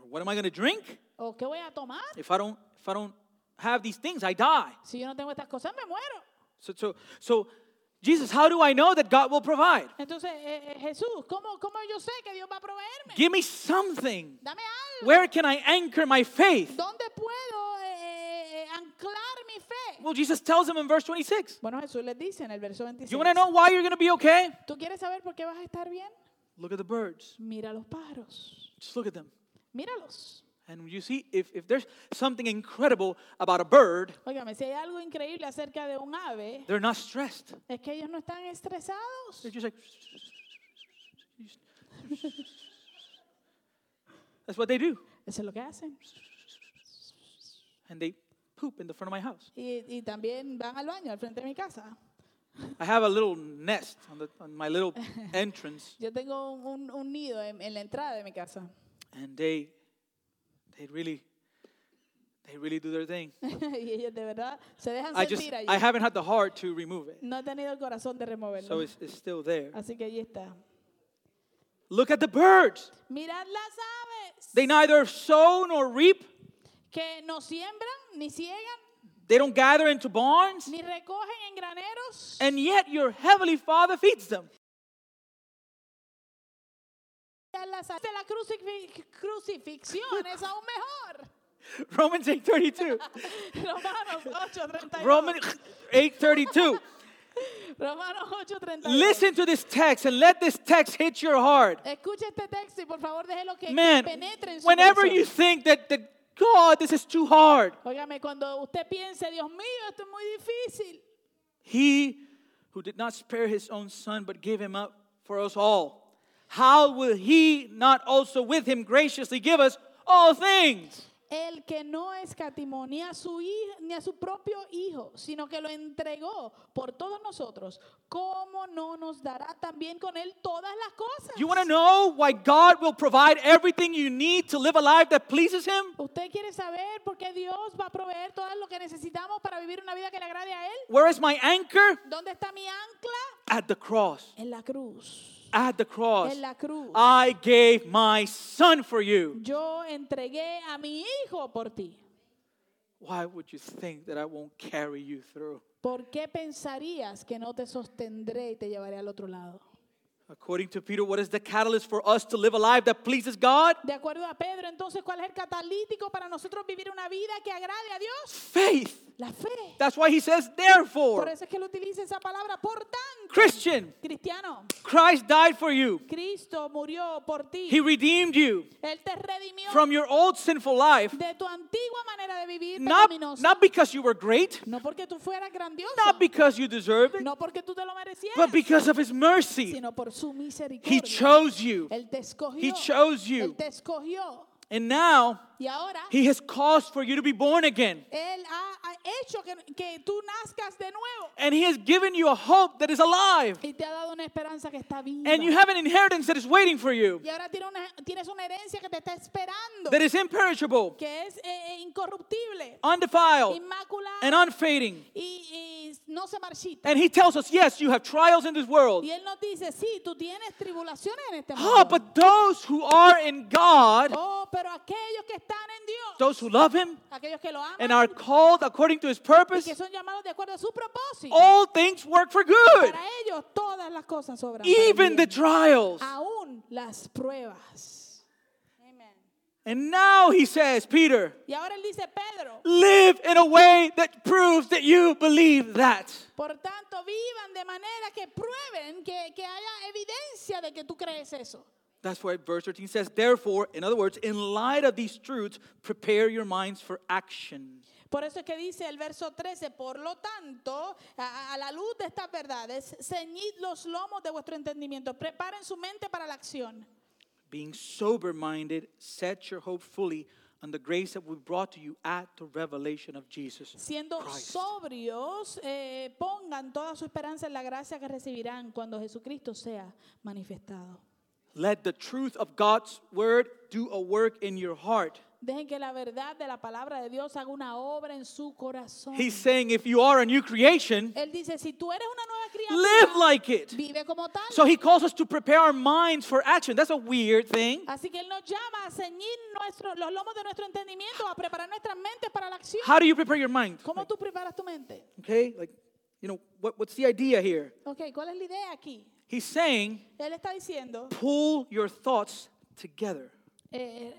Speaker 1: Or what am I going to drink?
Speaker 2: o qué voy a tomar.
Speaker 1: If I don't, if I don't have these things, I die.
Speaker 2: Si yo no tengo estas cosas, me muero.
Speaker 1: So, so, so, Jesus, how do I know that God will provide?
Speaker 2: Entonces, eh, eh, Jesús, ¿cómo, ¿cómo yo sé que Dios va a proveerme?
Speaker 1: Give me something.
Speaker 2: Dame algo.
Speaker 1: Where can I anchor my faith?
Speaker 2: ¿Dónde puedo eh, eh, eh, anclar mi fe?
Speaker 1: Well, Jesus tells him in verse 26.
Speaker 2: Bueno, Jesús les dice en el verso
Speaker 1: You
Speaker 2: 26.
Speaker 1: want to know why you're going to be okay?
Speaker 2: ¿Tú quieres saber por qué vas a estar bien?
Speaker 1: Look at the birds.
Speaker 2: Mira los pájaros.
Speaker 1: Just look at them.
Speaker 2: Míralos.
Speaker 1: And you see, if, if there's something incredible about a bird,
Speaker 2: Óigame, si hay algo increíble acerca de un ave,
Speaker 1: they're not stressed.
Speaker 2: es que ellos no están estresados.
Speaker 1: They're just like. That's what they do.
Speaker 2: Eso es lo que hacen.
Speaker 1: And they poop in the front of my house.
Speaker 2: Y, y también van al baño al frente de mi casa.
Speaker 1: I have a little nest on, the, on my little entrance,
Speaker 2: Yo tengo un, un nido en, en la entrada de mi casa.
Speaker 1: and they, they really, they really do their thing.
Speaker 2: y ellos de verdad se dejan
Speaker 1: I just,
Speaker 2: sentir allí.
Speaker 1: I haven't had the heart to remove it,
Speaker 2: No he tenido el corazón de
Speaker 1: so
Speaker 2: removerlo.
Speaker 1: it's, it's still there.
Speaker 2: Así que allí está.
Speaker 1: Look at the birds.
Speaker 2: Mirad las aves
Speaker 1: They neither sow nor reap.
Speaker 2: que no siembran, ni ciegan,
Speaker 1: They don't gather into barns,
Speaker 2: ni recogen en graneros.
Speaker 1: and yet your heavenly Father feeds them.
Speaker 2: a las- de la crucifi- crucifixión es aún mejor.
Speaker 1: Romans 8:32.
Speaker 2: Romanos 8:32.
Speaker 1: Romans 8:32.
Speaker 2: Romanos 8:32.
Speaker 1: Listen to this text and let this text hit your heart.
Speaker 2: Escucha este texto y por favor déjelo que, que
Speaker 1: Man,
Speaker 2: penetre en su
Speaker 1: whenever
Speaker 2: corazón.
Speaker 1: you think that the God, this is too hard,
Speaker 2: Óigame, cuando usted piense, Dios mío, esto es muy difícil.
Speaker 1: he who did not spare his own son but gave him up for us all, how will he not also with him graciously give us all things?
Speaker 2: El que no escatimó ni a su hij- ni a su propio hijo, sino que lo entregó por todos nosotros, ¿cómo no nos dará también con él todas las cosas?
Speaker 1: You want to know why God will provide everything you need to live a life that pleases him?
Speaker 2: ¿Usted quiere saber por qué Dios va a proveer todo lo que necesitamos para vivir una vida que le agrade a Él?
Speaker 1: Where is my anchor?
Speaker 2: ¿Dónde está mi ancla?
Speaker 1: At the cross.
Speaker 2: En la cruz.
Speaker 1: At the cross.
Speaker 2: En la cruz.
Speaker 1: I gave my son for you.
Speaker 2: Yo entregué a mi hijo por ti.
Speaker 1: Why would you think that I won't carry you through?
Speaker 2: ¿Por qué pensarías que no te sostendré y te llevaré al otro lado?
Speaker 1: According to Peter, what is the catalyst for us to live a life that pleases God?
Speaker 2: De acuerdo a Pedro, entonces, ¿cuál es el catalítico para nosotros vivir una vida que agrade a Dios?
Speaker 1: Faith.
Speaker 2: La fe.
Speaker 1: That's why he says,
Speaker 2: Por
Speaker 1: therefore,
Speaker 2: eso es que él utiliza esa palabra, por tanto.
Speaker 1: Christian,
Speaker 2: Cristiano,
Speaker 1: Christ died for you.
Speaker 2: Cristo murió por ti.
Speaker 1: He redeemed you
Speaker 2: él te redimió
Speaker 1: from your old sinful life,
Speaker 2: de tu antigua manera de vivir
Speaker 1: not,
Speaker 2: pecaminosa.
Speaker 1: not because you were great,
Speaker 2: no porque tú fueras grandioso,
Speaker 1: not because you deserved it,
Speaker 2: no porque tú te lo merecieras,
Speaker 1: but because of his mercy.
Speaker 2: sino por su
Speaker 1: He
Speaker 2: misericordia.
Speaker 1: chose you.
Speaker 2: él te escogió.
Speaker 1: He chose you.
Speaker 2: Él te escogió.
Speaker 1: And now
Speaker 2: Y ahora
Speaker 1: he has caused for you to be born again.
Speaker 2: él ha, ha hecho que, que tú nazcas de nuevo
Speaker 1: And he has given you a hope that is alive.
Speaker 2: y te ha dado una esperanza que está viva.
Speaker 1: And you have an inheritance that is waiting for you,
Speaker 2: y ahora tiene una- tienes una herencia que te está esperando,
Speaker 1: that is imperishable,
Speaker 2: que es eh, eh, incorruptible,
Speaker 1: undefiled,
Speaker 2: inmaculada
Speaker 1: Oh. and unfading.
Speaker 2: y, y no se marchita.
Speaker 1: And he tells us, yes, you have trials in this world.
Speaker 2: Y él nos dice, sí, tú tienes tribulaciones en este mundo.
Speaker 1: Oh, but those who are in God,
Speaker 2: Oh, pero aquellos que están en Dios,
Speaker 1: those who love him
Speaker 2: aquellos que lo aman
Speaker 1: and are called according to his
Speaker 2: y
Speaker 1: purpose,
Speaker 2: que son llamados de acuerdo a su propósito,
Speaker 1: all things work for good,
Speaker 2: para ellos todas las cosas sobran. para
Speaker 1: even
Speaker 2: bien,
Speaker 1: the trials.
Speaker 2: aún las pruebas.
Speaker 1: And now he says, Peter,
Speaker 2: Y ahora él dice, Pedro,
Speaker 1: live in a way that proves that you believe that.
Speaker 2: por tanto vivan de manera que prueben, que, que haya evidencia de que tú crees eso.
Speaker 1: That's why verse 13 says, therefore, in other words, in light of these truths, prepare your minds for action.
Speaker 2: Por eso es que dice el verso 13, por lo tanto, a, a la luz de estas verdades, ceñid los lomos de vuestro entendimiento, preparen su mente para la acción.
Speaker 1: Being sober minded, set your hope fully on the grace that we brought to you at the revelation of Jesus.
Speaker 2: Siendo
Speaker 1: Christ.
Speaker 2: sobrios, eh, pongan toda su esperanza en la gracia que recibirán cuando Jesucristo sea manifestado.
Speaker 1: Let the truth of God's word do a work in your heart.
Speaker 2: Dejen que la verdad de la palabra de Dios haga una obra en su corazón.
Speaker 1: He's saying, if you are a new creation,
Speaker 2: Él dice, si tú eres una nueva
Speaker 1: live
Speaker 2: criatura,
Speaker 1: like it.
Speaker 2: vive como tal.
Speaker 1: So he calls us to prepare our minds for action. That's a weird thing.
Speaker 2: Así que Él nos llama a ceñir nuestro, los lomos de nuestro entendimiento, a preparar nuestras mentes para la acción.
Speaker 1: How do you prepare your mind?
Speaker 2: ¿Cómo tú preparas tu mente?
Speaker 1: Okay, like, you know, what, what's the idea here?
Speaker 2: Ok, ¿cuál es la idea aquí?
Speaker 1: He's saying,
Speaker 2: Él está diciendo,
Speaker 1: pull your thoughts together.
Speaker 2: eh,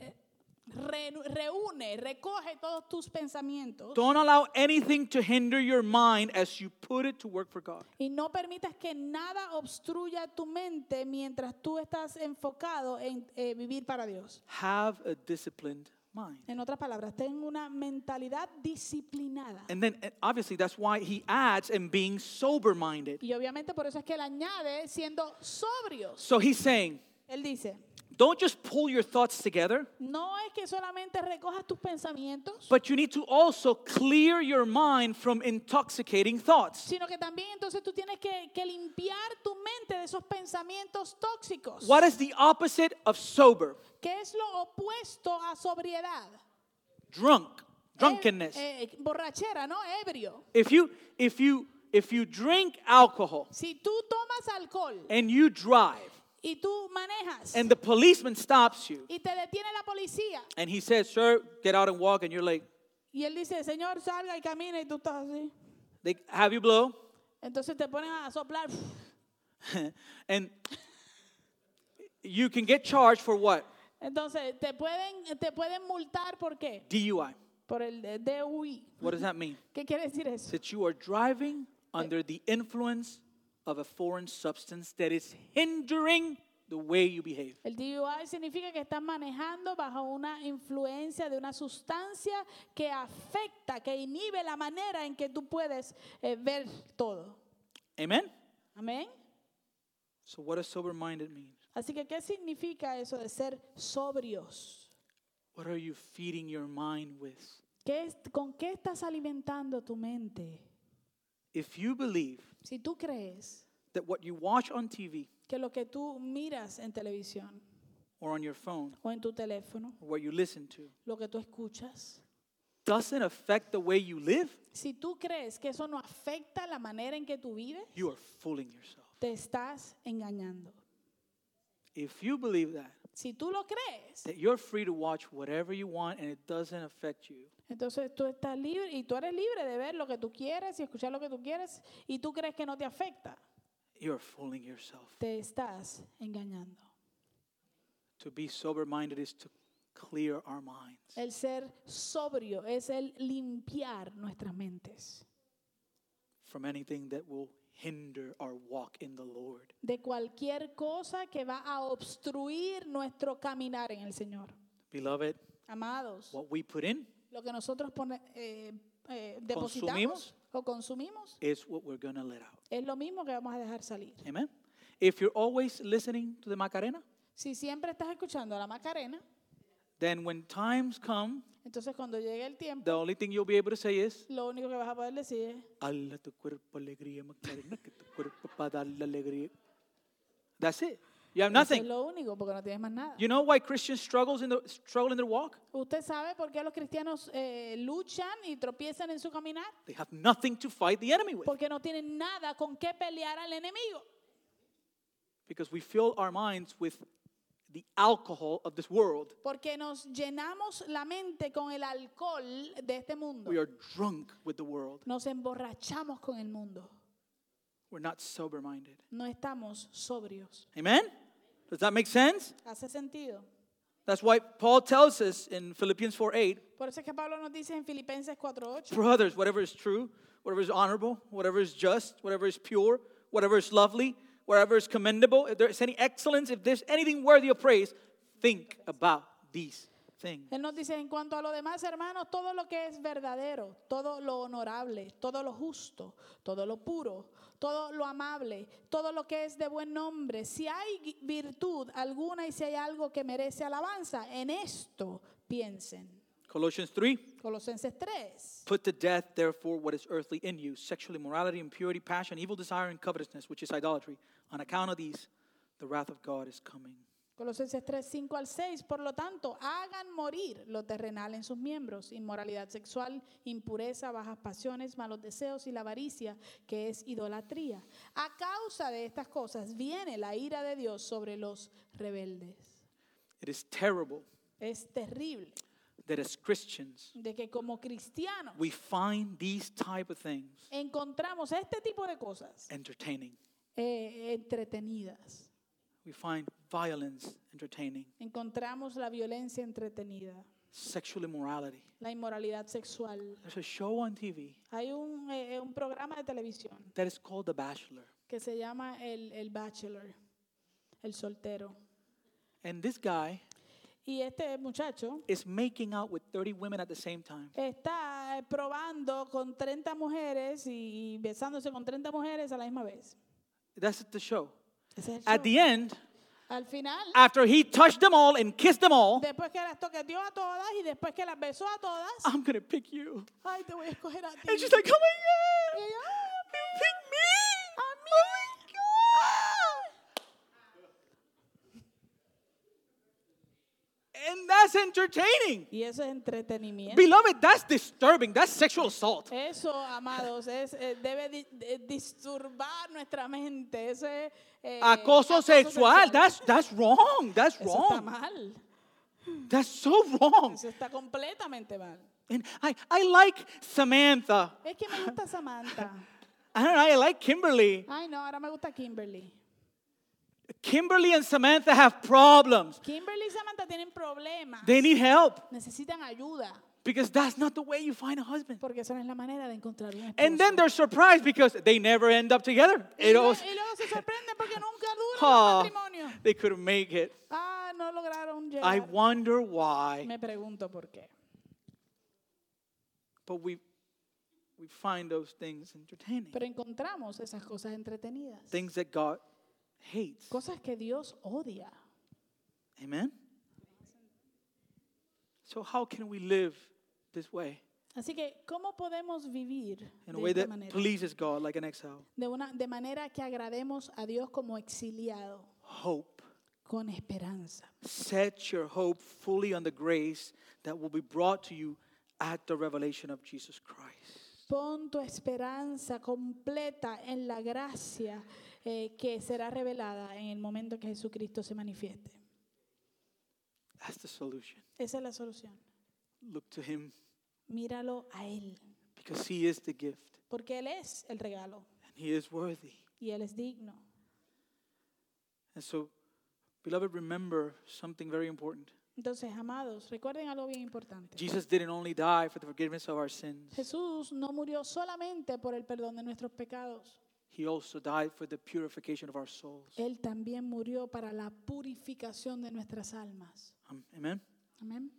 Speaker 2: re- reúne, recoge todos tus pensamientos.
Speaker 1: Don't allow anything to hinder your mind as you put it to work for God.
Speaker 2: Y no permitas que nada obstruya tu mente mientras tú estás enfocado en eh, vivir para Dios.
Speaker 1: Have a disciplined mind.
Speaker 2: En otras palabras, ten una mentalidad disciplinada.
Speaker 1: And then, uh, obviously, that's why he adds, and being sober minded.
Speaker 2: Y obviamente por eso es que él añade siendo sobrios.
Speaker 1: So he's saying,
Speaker 2: Él dice,
Speaker 1: don't just pull your thoughts together,
Speaker 2: no es que solamente recojas tus pensamientos,
Speaker 1: but you need to also clear your mind from intoxicating thoughts.
Speaker 2: sino que también entonces tú tienes que, que limpiar tu mente de esos pensamientos tóxicos.
Speaker 1: What is the opposite of sober?
Speaker 2: que es lo opuesto a sobriedad?
Speaker 1: Drunk, drunkenness.
Speaker 2: Eh, eh, borrachera, ¿no? Ebrio.
Speaker 1: If you if you if you drink alcohol
Speaker 2: Si tú tomas alcohol
Speaker 1: and you drive
Speaker 2: y tú manejas
Speaker 1: and the policeman stops you
Speaker 2: y te detiene la policía
Speaker 1: and he says, "Sir, get out and walk," and you're like,
Speaker 2: y él dice, Señor, salga y camina y tú estás así.
Speaker 1: "They have you blow,"
Speaker 2: Entonces te pones a soplar
Speaker 1: and you can get charged for what?
Speaker 2: Entonces, te pueden, te pueden multar por qué?
Speaker 1: DUI.
Speaker 2: Por el de- DUI.
Speaker 1: What does that mean?
Speaker 2: ¿Qué quiere decir eso?
Speaker 1: That you are driving under the influence of a foreign substance that is hindering the way you behave.
Speaker 2: El DUI significa que estás manejando bajo una influencia de una sustancia que afecta, que inhibe la manera en que tú puedes eh, ver todo.
Speaker 1: Amen.
Speaker 2: Amén.
Speaker 1: So what does sober-minded mean?
Speaker 2: Así que, ¿qué significa eso de ser sobrios?
Speaker 1: What are you feeding your mind with?
Speaker 2: ¿Qué es- ¿Con qué estás alimentando tu mente?
Speaker 1: If you believe
Speaker 2: Si tú crees
Speaker 1: that what you watch on TV
Speaker 2: que lo que tú miras en televisión
Speaker 1: or on your phone
Speaker 2: o en tu teléfono,
Speaker 1: or what you listen to
Speaker 2: lo que tú escuchas,
Speaker 1: doesn't affect the way you live,
Speaker 2: Si tú crees que eso no afecta la manera en que tú vives,
Speaker 1: you are fooling yourself.
Speaker 2: te estás engañando.
Speaker 1: If you believe that,
Speaker 2: Si tú lo crees,
Speaker 1: that you're free to watch whatever you want and it doesn't affect you,
Speaker 2: entonces tú estás libre y tú eres libre de ver lo que tú quieres y escuchar lo que tú quieres y tú crees que no te afecta.
Speaker 1: you're fooling yourself.
Speaker 2: te estás engañando.
Speaker 1: To be sober minded is to clear our minds.
Speaker 2: El ser sobrio es el limpiar nuestras mentes
Speaker 1: from anything that will hinder our walk in the Lord.
Speaker 2: de cualquier cosa que va a obstruir nuestro caminar en el Señor.
Speaker 1: Beloved,
Speaker 2: Amados,
Speaker 1: what we put in
Speaker 2: lo que nosotros pone- eh, eh, depositamos
Speaker 1: Consumimos.
Speaker 2: o consumimos
Speaker 1: is what we're going to let out.
Speaker 2: es lo mismo que vamos a dejar salir.
Speaker 1: Amen. If you're always listening to the Macarena,
Speaker 2: Si siempre estás escuchando a la Macarena,
Speaker 1: then when times come,
Speaker 2: entonces cuando llegue el tiempo,
Speaker 1: the only thing you'll be able to say is,
Speaker 2: lo único que vas a poder decir es,
Speaker 1: Alla tu cuerpo alegría, Macarena, que tu cuerpo para dar la alegría. That's it. You have
Speaker 2: eso es
Speaker 1: nothing.
Speaker 2: lo único, porque no tienes más nada.
Speaker 1: You know why Christians struggles in the struggle in their walk?
Speaker 2: ¿Usted sabe por qué los cristianos eh, luchan y tropiezan en su caminar?
Speaker 1: They have nothing to fight the enemy with
Speaker 2: Porque no tienen nada con qué pelear al enemigo.
Speaker 1: because we fill our minds with the alcohol of this world.
Speaker 2: Porque nos llenamos la mente con el alcohol de este mundo.
Speaker 1: We are drunk with the world.
Speaker 2: Nos emborrachamos con el mundo.
Speaker 1: We're not sober minded.
Speaker 2: No estamos sobrios.
Speaker 1: Amen? Does that make sense?
Speaker 2: ¿Hace sentido?
Speaker 1: That's why Paul tells us in Philippians 4 8,
Speaker 2: Por eso es que Pablo nos dice en Filipenses 4:8,
Speaker 1: brothers, whatever is true, whatever is honorable, whatever is just, whatever is pure, whatever is lovely, whatever is commendable, if there's any excellence, if there's anything worthy of praise, think about these things.
Speaker 2: él nos dice en cuanto a lo demás, hermanos, todo lo que es verdadero, todo lo honorable, todo lo justo, todo lo puro, todo lo amable, todo lo que es de buen nombre, si hay gui- virtud alguna y si hay algo que merece alabanza, en esto piensen.
Speaker 1: Colossians 3
Speaker 2: Colosenses 3.
Speaker 1: Put to death, therefore, what is earthly in you sexual immorality, impurity, passion, evil desire, and covetousness, which is idolatry. On account of these, the wrath of God is coming.
Speaker 2: Colosenses 3, 5 al 6. Por lo tanto, hagan morir lo terrenal en sus miembros, inmoralidad sexual, impureza, bajas pasiones, malos deseos y la avaricia, que es idolatría. A causa de estas cosas viene la ira de Dios sobre los rebeldes.
Speaker 1: It is terrible
Speaker 2: Es terrible
Speaker 1: that as Christians,
Speaker 2: de que como cristianos
Speaker 1: we find these type of things
Speaker 2: encontramos este tipo de cosas
Speaker 1: entertaining.
Speaker 2: eh, entretenidas.
Speaker 1: We find violence entertaining,
Speaker 2: Encontramos la violencia entretenida,
Speaker 1: sexual immorality.
Speaker 2: la inmoralidad sexual.
Speaker 1: There's a show on TV
Speaker 2: Hay un, eh, un programa de televisión
Speaker 1: that is called The Bachelor.
Speaker 2: que se llama el, el bachelor, el soltero.
Speaker 1: And this guy
Speaker 2: Y este muchacho
Speaker 1: is making out with 30 women at the same time.
Speaker 2: está eh, probando con 30 mujeres y, y besándose con 30 mujeres a la misma vez.
Speaker 1: That's the show.
Speaker 2: Ese es el
Speaker 1: At
Speaker 2: show.
Speaker 1: the end,
Speaker 2: Al final,
Speaker 1: after he touched them all and kissed them all,
Speaker 2: después que las toqueteó a todas y después que las besó a todas,
Speaker 1: I'm going to pick you.
Speaker 2: ay, te voy a escoger a ti.
Speaker 1: And she's like, oh
Speaker 2: Y
Speaker 1: my God,
Speaker 2: ella, "Ah,
Speaker 1: you picked me. Oh
Speaker 2: a mí.
Speaker 1: And that's entertaining.
Speaker 2: Y eso es entretenimiento.
Speaker 1: Beloved, that's disturbing. That's sexual assault.
Speaker 2: Eso, amados, es, eh, debe di- de- disturbar nuestra mente. Eso es, eh,
Speaker 1: Acoso sexual.
Speaker 2: sexual.
Speaker 1: That's, that's wrong. That's
Speaker 2: Eso está
Speaker 1: wrong.
Speaker 2: mal.
Speaker 1: That's so wrong.
Speaker 2: Eso está completamente mal.
Speaker 1: And I, I like Samantha.
Speaker 2: Es que me gusta Samantha.
Speaker 1: I don't know, I like Kimberly.
Speaker 2: Ay, no, ahora me gusta Kimberly.
Speaker 1: Kimberly and Samantha have problems.
Speaker 2: Kimberly y Samantha tienen problemas.
Speaker 1: They need help
Speaker 2: Necesitan ayuda.
Speaker 1: because that's not the way you find a husband.
Speaker 2: Porque esa no es la manera de encontrar un esposo.
Speaker 1: And then they're surprised because they never end up together.
Speaker 2: y,
Speaker 1: It
Speaker 2: luego,
Speaker 1: always,
Speaker 2: y luego se sorprenden porque nunca duran
Speaker 1: Oh,
Speaker 2: el matrimonio.
Speaker 1: they couldn't make it.
Speaker 2: Ah, no lograron
Speaker 1: I
Speaker 2: llegar.
Speaker 1: wonder why.
Speaker 2: Me pregunto por qué.
Speaker 1: But we, we find those things entertaining,
Speaker 2: Pero encontramos esas cosas entretenidas.
Speaker 1: things that God hates.
Speaker 2: Cosas que Dios odia.
Speaker 1: Amen? So, how can we live this way?
Speaker 2: Así que, ¿cómo podemos vivir
Speaker 1: In a
Speaker 2: de
Speaker 1: way
Speaker 2: esta
Speaker 1: that
Speaker 2: manera?
Speaker 1: pleases God, like an exile?
Speaker 2: De, una, de manera que agrademos a Dios como exiliado.
Speaker 1: Hope.
Speaker 2: con esperanza.
Speaker 1: Set your hope fully on the grace that will be brought to you at the revelation of Jesus Christ.
Speaker 2: Pon tu esperanza completa en la gracia eh, que será revelada en el momento que Jesucristo se manifieste.
Speaker 1: That's the solution.
Speaker 2: Esa es la solución.
Speaker 1: Look to Him
Speaker 2: Míralo a Él,
Speaker 1: because He is the gift
Speaker 2: porque Él es el regalo
Speaker 1: and He is worthy.
Speaker 2: y Él es digno.
Speaker 1: And so, beloved, remember something very important.
Speaker 2: Entonces, amados, recuerden algo bien importante.
Speaker 1: Jesus didn't only die for the forgiveness of our sins,
Speaker 2: Jesús no murió solamente por el perdón de nuestros pecados,
Speaker 1: He also died for the purification of our souls.
Speaker 2: Él también murió para la purificación de nuestras almas.
Speaker 1: Um, amen?
Speaker 2: Amén.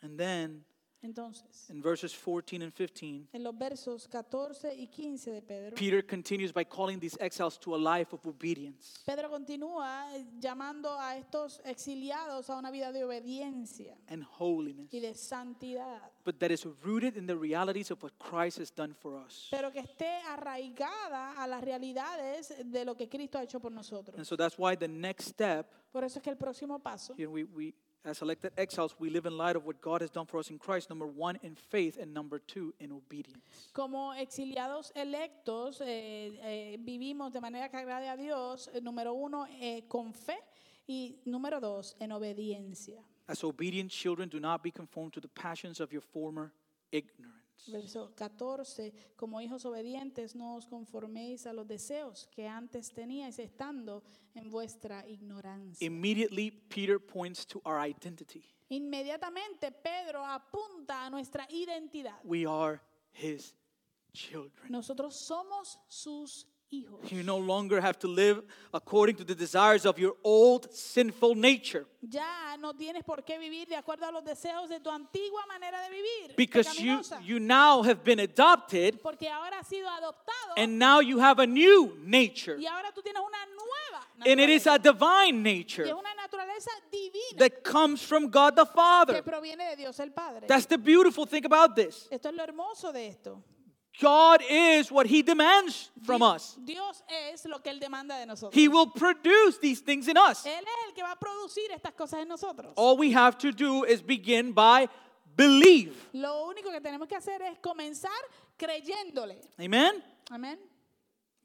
Speaker 1: And then,
Speaker 2: Entonces,
Speaker 1: in verses 14 and 15,
Speaker 2: en los versos 14 y 15 de Pedro,
Speaker 1: Peter continues by calling these exiles to a life of obedience.
Speaker 2: Pedro continúa eh, llamando a estos exiliados a una vida de obediencia
Speaker 1: and holiness,
Speaker 2: y de santidad,
Speaker 1: but that is rooted in the realities of what Christ has done for us.
Speaker 2: pero que esté arraigada a las realidades de lo que Cristo ha hecho por
Speaker 1: And
Speaker 2: nosotros.
Speaker 1: so that's why the next step,
Speaker 2: Por eso es que el próximo paso,
Speaker 1: you know, we, we as elected exiles, we live in light of what God has done for us in Christ, number one, in faith, and number two, in obedience.
Speaker 2: como exiliados electos, eh, eh, vivimos de manera que agrade a Dios, eh, número uno, eh, con fe y número dos, en obediencia.
Speaker 1: As obedient children, do not be conformed to the passions of your former ignorance.
Speaker 2: Verso 14, como hijos obedientes no os conforméis a los deseos que antes teníais estando en vuestra ignorancia.
Speaker 1: Immediately, Peter points to our identity.
Speaker 2: Inmediatamente Pedro apunta a nuestra identidad.
Speaker 1: We are his children.
Speaker 2: Nosotros somos sus hijos.
Speaker 1: You no longer have to live according to the desires of your old sinful nature.
Speaker 2: Ya no tienes por qué vivir de acuerdo a los deseos de tu antigua manera de vivir.
Speaker 1: Because you,
Speaker 2: pecaminosa,
Speaker 1: you now have been adopted
Speaker 2: porque ahora has sido adoptado
Speaker 1: and now you have a new nature.
Speaker 2: y ahora tú tienes una nueva
Speaker 1: And it is
Speaker 2: naturaleza.
Speaker 1: a divine
Speaker 2: Y es
Speaker 1: nature
Speaker 2: una naturaleza divina
Speaker 1: that comes from God the
Speaker 2: que
Speaker 1: Father.
Speaker 2: proviene de Dios el Padre.
Speaker 1: That's the beautiful thing about this.
Speaker 2: Esto es lo hermoso de esto.
Speaker 1: God is what He demands from
Speaker 2: Di-
Speaker 1: us.
Speaker 2: Dios es lo que Él demanda de nosotros.
Speaker 1: He will produce these things in us.
Speaker 2: Él es el que va a producir estas cosas en nosotros.
Speaker 1: All we have to do is begin by believe.
Speaker 2: Lo único que tenemos que hacer es comenzar creyéndole.
Speaker 1: Amen?
Speaker 2: Amén.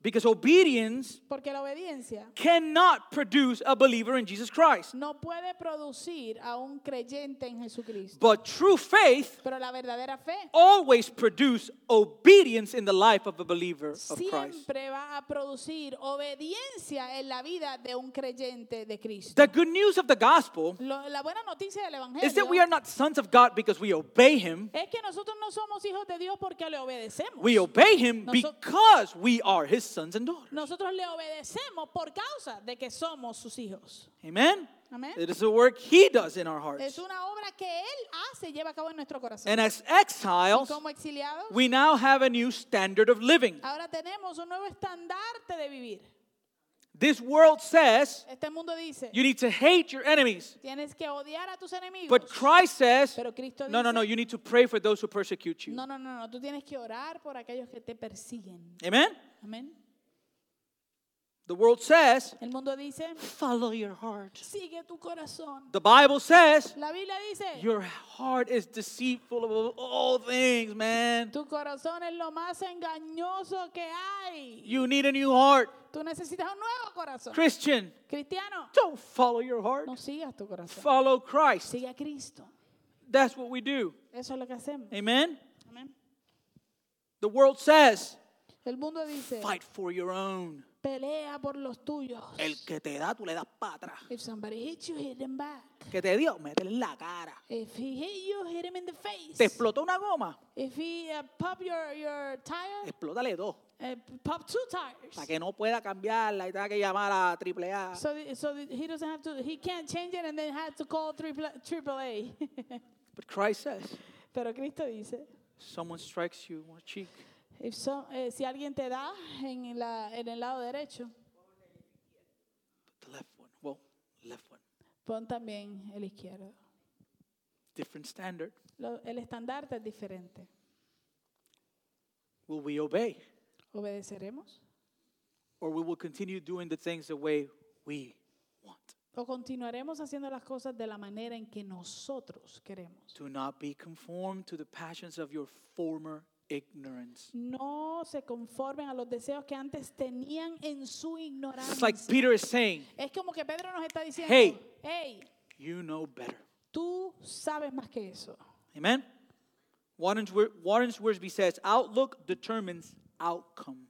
Speaker 1: Because obedience
Speaker 2: Porque la obediencia
Speaker 1: cannot produce a believer in Jesus Christ.
Speaker 2: no puede producir a un creyente en Jesucristo.
Speaker 1: But true faith
Speaker 2: Pero la verdadera fe
Speaker 1: always produce obedience in the life of a believer of Christ.
Speaker 2: siempre va a producir obediencia en la vida de un creyente de Cristo.
Speaker 1: The good news of the gospel
Speaker 2: Lo- la buena noticia del
Speaker 1: is that we are
Speaker 2: Evangelio
Speaker 1: not sons of God because we obey Him.
Speaker 2: es que nosotros no somos hijos de Dios porque le obedecemos.
Speaker 1: We obey Him
Speaker 2: Noso-
Speaker 1: because we are His sons and daughters.
Speaker 2: Nosotros le obedecemos por causa de que somos sus hijos.
Speaker 1: Amen?
Speaker 2: Amén.
Speaker 1: It is the work He does in our
Speaker 2: Es
Speaker 1: hearts.
Speaker 2: una obra que Él hace y lleva a cabo en nuestro corazón.
Speaker 1: And as
Speaker 2: Y
Speaker 1: exiles,
Speaker 2: como exiliados,
Speaker 1: we now have a new standard of living.
Speaker 2: ahora tenemos un nuevo estandarte de vivir.
Speaker 1: This world says
Speaker 2: Este mundo dice,
Speaker 1: you need to hate your enemies.
Speaker 2: tienes que odiar a tus enemigos.
Speaker 1: But Christ says,
Speaker 2: Pero Cristo
Speaker 1: no, no,
Speaker 2: dice,
Speaker 1: no, you need to pray for those who persecute you.
Speaker 2: no, no, no, no, tú tienes que orar por aquellos que te persiguen.
Speaker 1: Amen?
Speaker 2: Amén.
Speaker 1: The world says,
Speaker 2: El mundo dice,
Speaker 1: follow your heart.
Speaker 2: sigue tu corazón.
Speaker 1: The Bible says
Speaker 2: La Biblia dice,
Speaker 1: your heart is deceitful of all things, man.
Speaker 2: tu corazón es lo más engañoso que hay.
Speaker 1: You need a new heart.
Speaker 2: Tú necesitas un nuevo corazón.
Speaker 1: Christian,
Speaker 2: Cristiano,
Speaker 1: don't follow your heart.
Speaker 2: no sigas tu corazón.
Speaker 1: Follow Christ.
Speaker 2: Sigue a Cristo.
Speaker 1: That's what we do.
Speaker 2: Eso es lo que hacemos.
Speaker 1: Amen.
Speaker 2: Amén.
Speaker 1: The world says,
Speaker 2: El mundo dice,
Speaker 1: fight for your own.
Speaker 2: pelea por los tuyos.
Speaker 1: El que te da, tú le das para atrás.
Speaker 2: If somebody hits you, hit them back.
Speaker 1: Que te dio, métele en la cara.
Speaker 2: If he hit you, hit him in the face.
Speaker 1: Te explotó una goma,
Speaker 2: If he uh, pop your, your tire,
Speaker 1: explótale dos.
Speaker 2: uh, pop two
Speaker 1: Para
Speaker 2: tires.
Speaker 1: que no pueda cambiarla y tenga que llamar a triple A.
Speaker 2: So, th- so th- he doesn't have to, he can't change it and then have to call triple, triple A.
Speaker 1: But Christ says,
Speaker 2: Pero Cristo dice,
Speaker 1: someone strikes you on the cheek,
Speaker 2: if so- eh, si alguien te da en, la, en el lado derecho,
Speaker 1: but the left one. Well, left one.
Speaker 2: pon también el izquierdo.
Speaker 1: Different standard.
Speaker 2: Lo- el estandarte es diferente.
Speaker 1: Will we obey?
Speaker 2: ¿Obedeceremos
Speaker 1: Or we will continue doing the things the way we want.
Speaker 2: o continuaremos haciendo las cosas de la manera en que nosotros queremos?
Speaker 1: Do not be conformed to the passions of your former ignorance.
Speaker 2: No se conformen a los deseos que antes tenían en su ignorancia.
Speaker 1: It's like Peter is saying,
Speaker 2: Es como que Pedro nos está diciendo,
Speaker 1: Hey.
Speaker 2: "Hey,
Speaker 1: you know better.
Speaker 2: tú sabes más que eso.
Speaker 1: Amen? Warren Wor- Warren Wiersbe says, outlook determines outcome.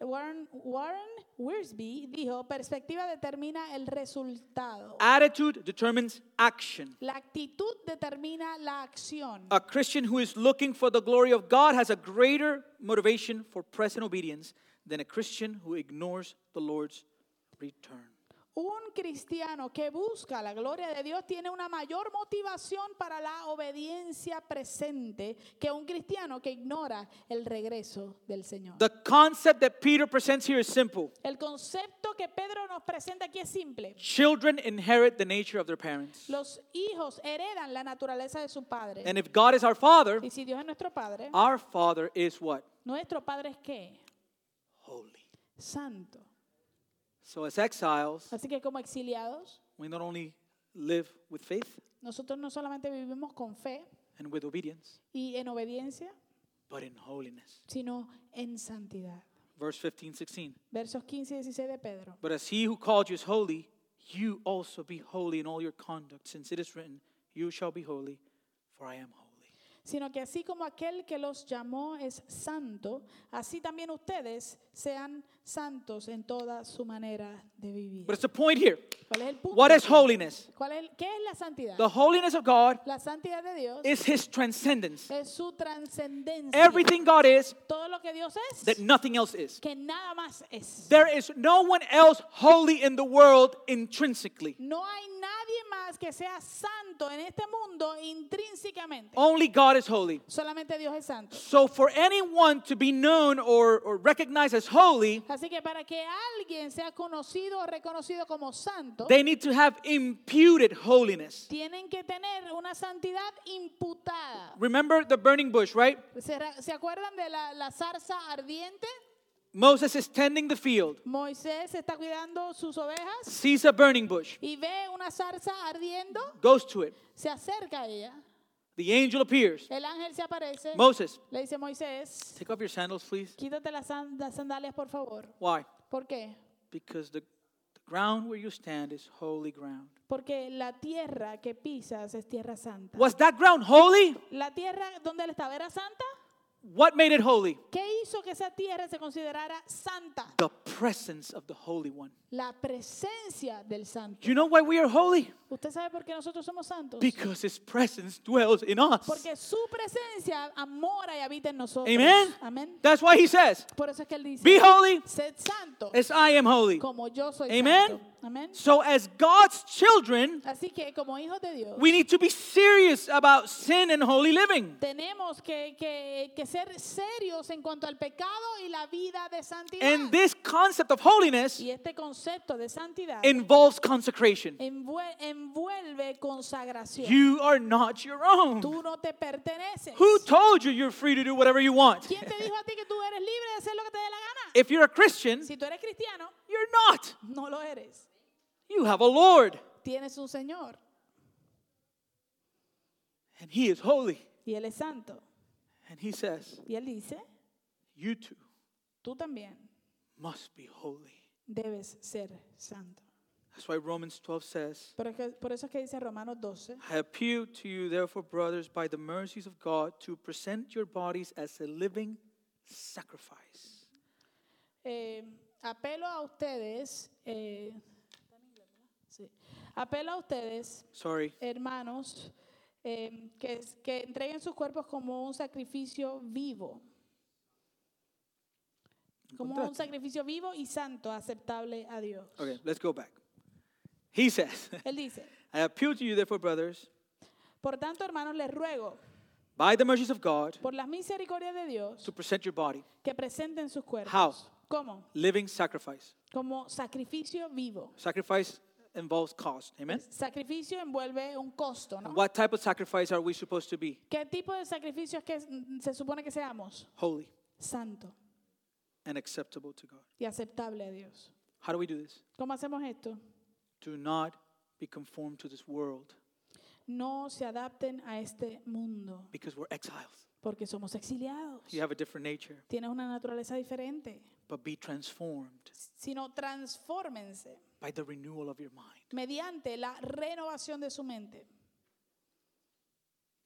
Speaker 2: Warren, Warren Wiersbe dijo, perspectiva determina el resultado.
Speaker 1: Ah. Attitude determines action.
Speaker 2: La actitud determina la acción.
Speaker 1: A Christian who is looking for the glory of God has a greater motivation for present obedience than a Christian who ignores the Lord's return.
Speaker 2: Un cristiano que busca la gloria de Dios tiene una mayor motivación para la obediencia presente que un cristiano que ignora el regreso del Señor.
Speaker 1: The concept that Peter presents here is simple
Speaker 2: El concepto que Pedro nos presenta aquí es simple.
Speaker 1: children inherit the nature of their parents.
Speaker 2: Los hijos heredan la naturaleza de su padre.
Speaker 1: And if God is our father,
Speaker 2: Y si Dios es nuestro padre,
Speaker 1: our father is what?
Speaker 2: nuestro padre es qué?
Speaker 1: Holy.
Speaker 2: Santo.
Speaker 1: So, as exiles,
Speaker 2: Así que como exiliados,
Speaker 1: we not only live with faith
Speaker 2: nosotros no solamente vivimos con fe
Speaker 1: and with obedience,
Speaker 2: y en obediencia,
Speaker 1: but in holiness.
Speaker 2: sino en santidad.
Speaker 1: Verse 15, 16.
Speaker 2: Versos 15 y 16 de Pedro.
Speaker 1: But as he who called you is holy, you also be holy in all your conduct, since it is written, You shall be holy, for I am holy.
Speaker 2: sino que así como aquel que los llamó es santo, así también ustedes sean santos en toda su manera de vivir.
Speaker 1: But it's the point here.
Speaker 2: ¿Cuál es el punto?
Speaker 1: What is holiness?
Speaker 2: ¿Cuál es el- ¿Qué es la santidad?
Speaker 1: The holiness of God
Speaker 2: La santidad de Dios
Speaker 1: is his transcendence.
Speaker 2: es su trascendencia.
Speaker 1: Everything God is,
Speaker 2: Todo lo que Dios es,
Speaker 1: that nothing else is.
Speaker 2: que nada más es.
Speaker 1: There is no one else holy in the world intrinsically.
Speaker 2: No hay nadie más que sea santo en este mundo intrínsecamente.
Speaker 1: Only God is holy.
Speaker 2: Solamente Dios es santo.
Speaker 1: So for anyone to be known or, or recognized as holy,
Speaker 2: Así que para que alguien sea conocido o reconocido como santo,
Speaker 1: they need to have imputed holiness.
Speaker 2: tienen que tener una santidad imputada.
Speaker 1: Remember the burning bush, right?
Speaker 2: ¿Se, ra- se acuerdan de la, la zarza ardiente?
Speaker 1: Moses is tending the field,
Speaker 2: Moisés está cuidando sus ovejas
Speaker 1: sees a burning bush,
Speaker 2: y ve una zarza ardiendo,
Speaker 1: goes to it.
Speaker 2: se acerca a ella,
Speaker 1: The angel appears.
Speaker 2: el ángel se aparece,
Speaker 1: Moses,
Speaker 2: le dice Moisés,
Speaker 1: take off your sandals, please.
Speaker 2: quítate las, san- las sandalias por favor.
Speaker 1: Why?
Speaker 2: ¿Por qué?
Speaker 1: Because the, the ground where you stand is holy ground.
Speaker 2: Porque la tierra que pisas es tierra santa.
Speaker 1: Was that ground holy?
Speaker 2: ¿La tierra donde él estaba era santa?
Speaker 1: What made it holy?
Speaker 2: ¿Qué hizo que esa tierra se considerara santa?
Speaker 1: The presence of the Holy One.
Speaker 2: La presencia del santo.
Speaker 1: You know why we are holy?
Speaker 2: ¿Usted sabe por qué nosotros somos santos?
Speaker 1: Because His presence dwells in us.
Speaker 2: Porque su presencia amora y habita en nosotros.
Speaker 1: Amen.
Speaker 2: Amén.
Speaker 1: That's why He says,
Speaker 2: Por eso es que él dice,
Speaker 1: Be holy
Speaker 2: sed santo
Speaker 1: as I am holy.
Speaker 2: como yo soy
Speaker 1: Amen.
Speaker 2: santo. Amén.
Speaker 1: So, as God's children,
Speaker 2: Así que como hijos de Dios,
Speaker 1: we need to be serious about sin and holy living.
Speaker 2: tenemos que, que- que ser serios en cuanto al pecado y la vida de santidad.
Speaker 1: And this concept of holiness
Speaker 2: y este concepto de santidad
Speaker 1: involves consecration.
Speaker 2: envue- envuelve consagración.
Speaker 1: You are not your own.
Speaker 2: Tú no te perteneces.
Speaker 1: Who told you you're free to do whatever you want?
Speaker 2: ¿Quién te dijo a ti que tú eres libre de hacer lo que te dé la gana?
Speaker 1: If you're a Christian,
Speaker 2: Si tú eres cristiano,
Speaker 1: you're not.
Speaker 2: no lo eres.
Speaker 1: You have a Lord,
Speaker 2: Tienes un Señor
Speaker 1: and He is holy.
Speaker 2: y Él es santo.
Speaker 1: And He says,
Speaker 2: Y Él dice,
Speaker 1: You too
Speaker 2: tú también
Speaker 1: must be holy.
Speaker 2: debes ser santo.
Speaker 1: That's why Romans 12 says,
Speaker 2: Por, ej- por eso es que dice Romanos 12,
Speaker 1: I appeal to you, therefore, brothers, by the mercies of God, to present your bodies as a living sacrifice.
Speaker 2: eh, apelo a ustedes, eh, sí. apelo a ustedes,
Speaker 1: Sorry,
Speaker 2: hermanos, eh, que, es- que entreguen sus cuerpos como un sacrificio vivo. Como un
Speaker 1: Encontraste.
Speaker 2: sacrificio vivo y santo, aceptable a Dios.
Speaker 1: Okay, let's go back. He says,
Speaker 2: Él dice,
Speaker 1: I appeal to you, therefore, brothers,
Speaker 2: por tanto, hermanos, les ruego,
Speaker 1: by the mercies of God,
Speaker 2: por las misericordias de Dios,
Speaker 1: to present your body,
Speaker 2: que presenten sus cuerpos.
Speaker 1: How?
Speaker 2: ¿Cómo?
Speaker 1: living sacrifice.
Speaker 2: Como sacrificio vivo.
Speaker 1: Sacrifice involves cost. Amen?
Speaker 2: Sacrificio envuelve un costo, ¿no?
Speaker 1: What type of sacrifice are we supposed to be?
Speaker 2: ¿Qué tipo de sacrificio es que mm, se supone que seamos?
Speaker 1: Holy
Speaker 2: Santo
Speaker 1: and acceptable to God.
Speaker 2: y aceptable a Dios.
Speaker 1: How do we do this?
Speaker 2: ¿Cómo hacemos esto?
Speaker 1: Do not be conformed to this world
Speaker 2: No se adapten a este mundo
Speaker 1: because we're exiles.
Speaker 2: porque somos exiliados.
Speaker 1: You have a different nature,
Speaker 2: Tienes una naturaleza diferente,
Speaker 1: but be transformed
Speaker 2: sino transfórmense
Speaker 1: by the renewal of your mind,
Speaker 2: mediante la renovación de su mente.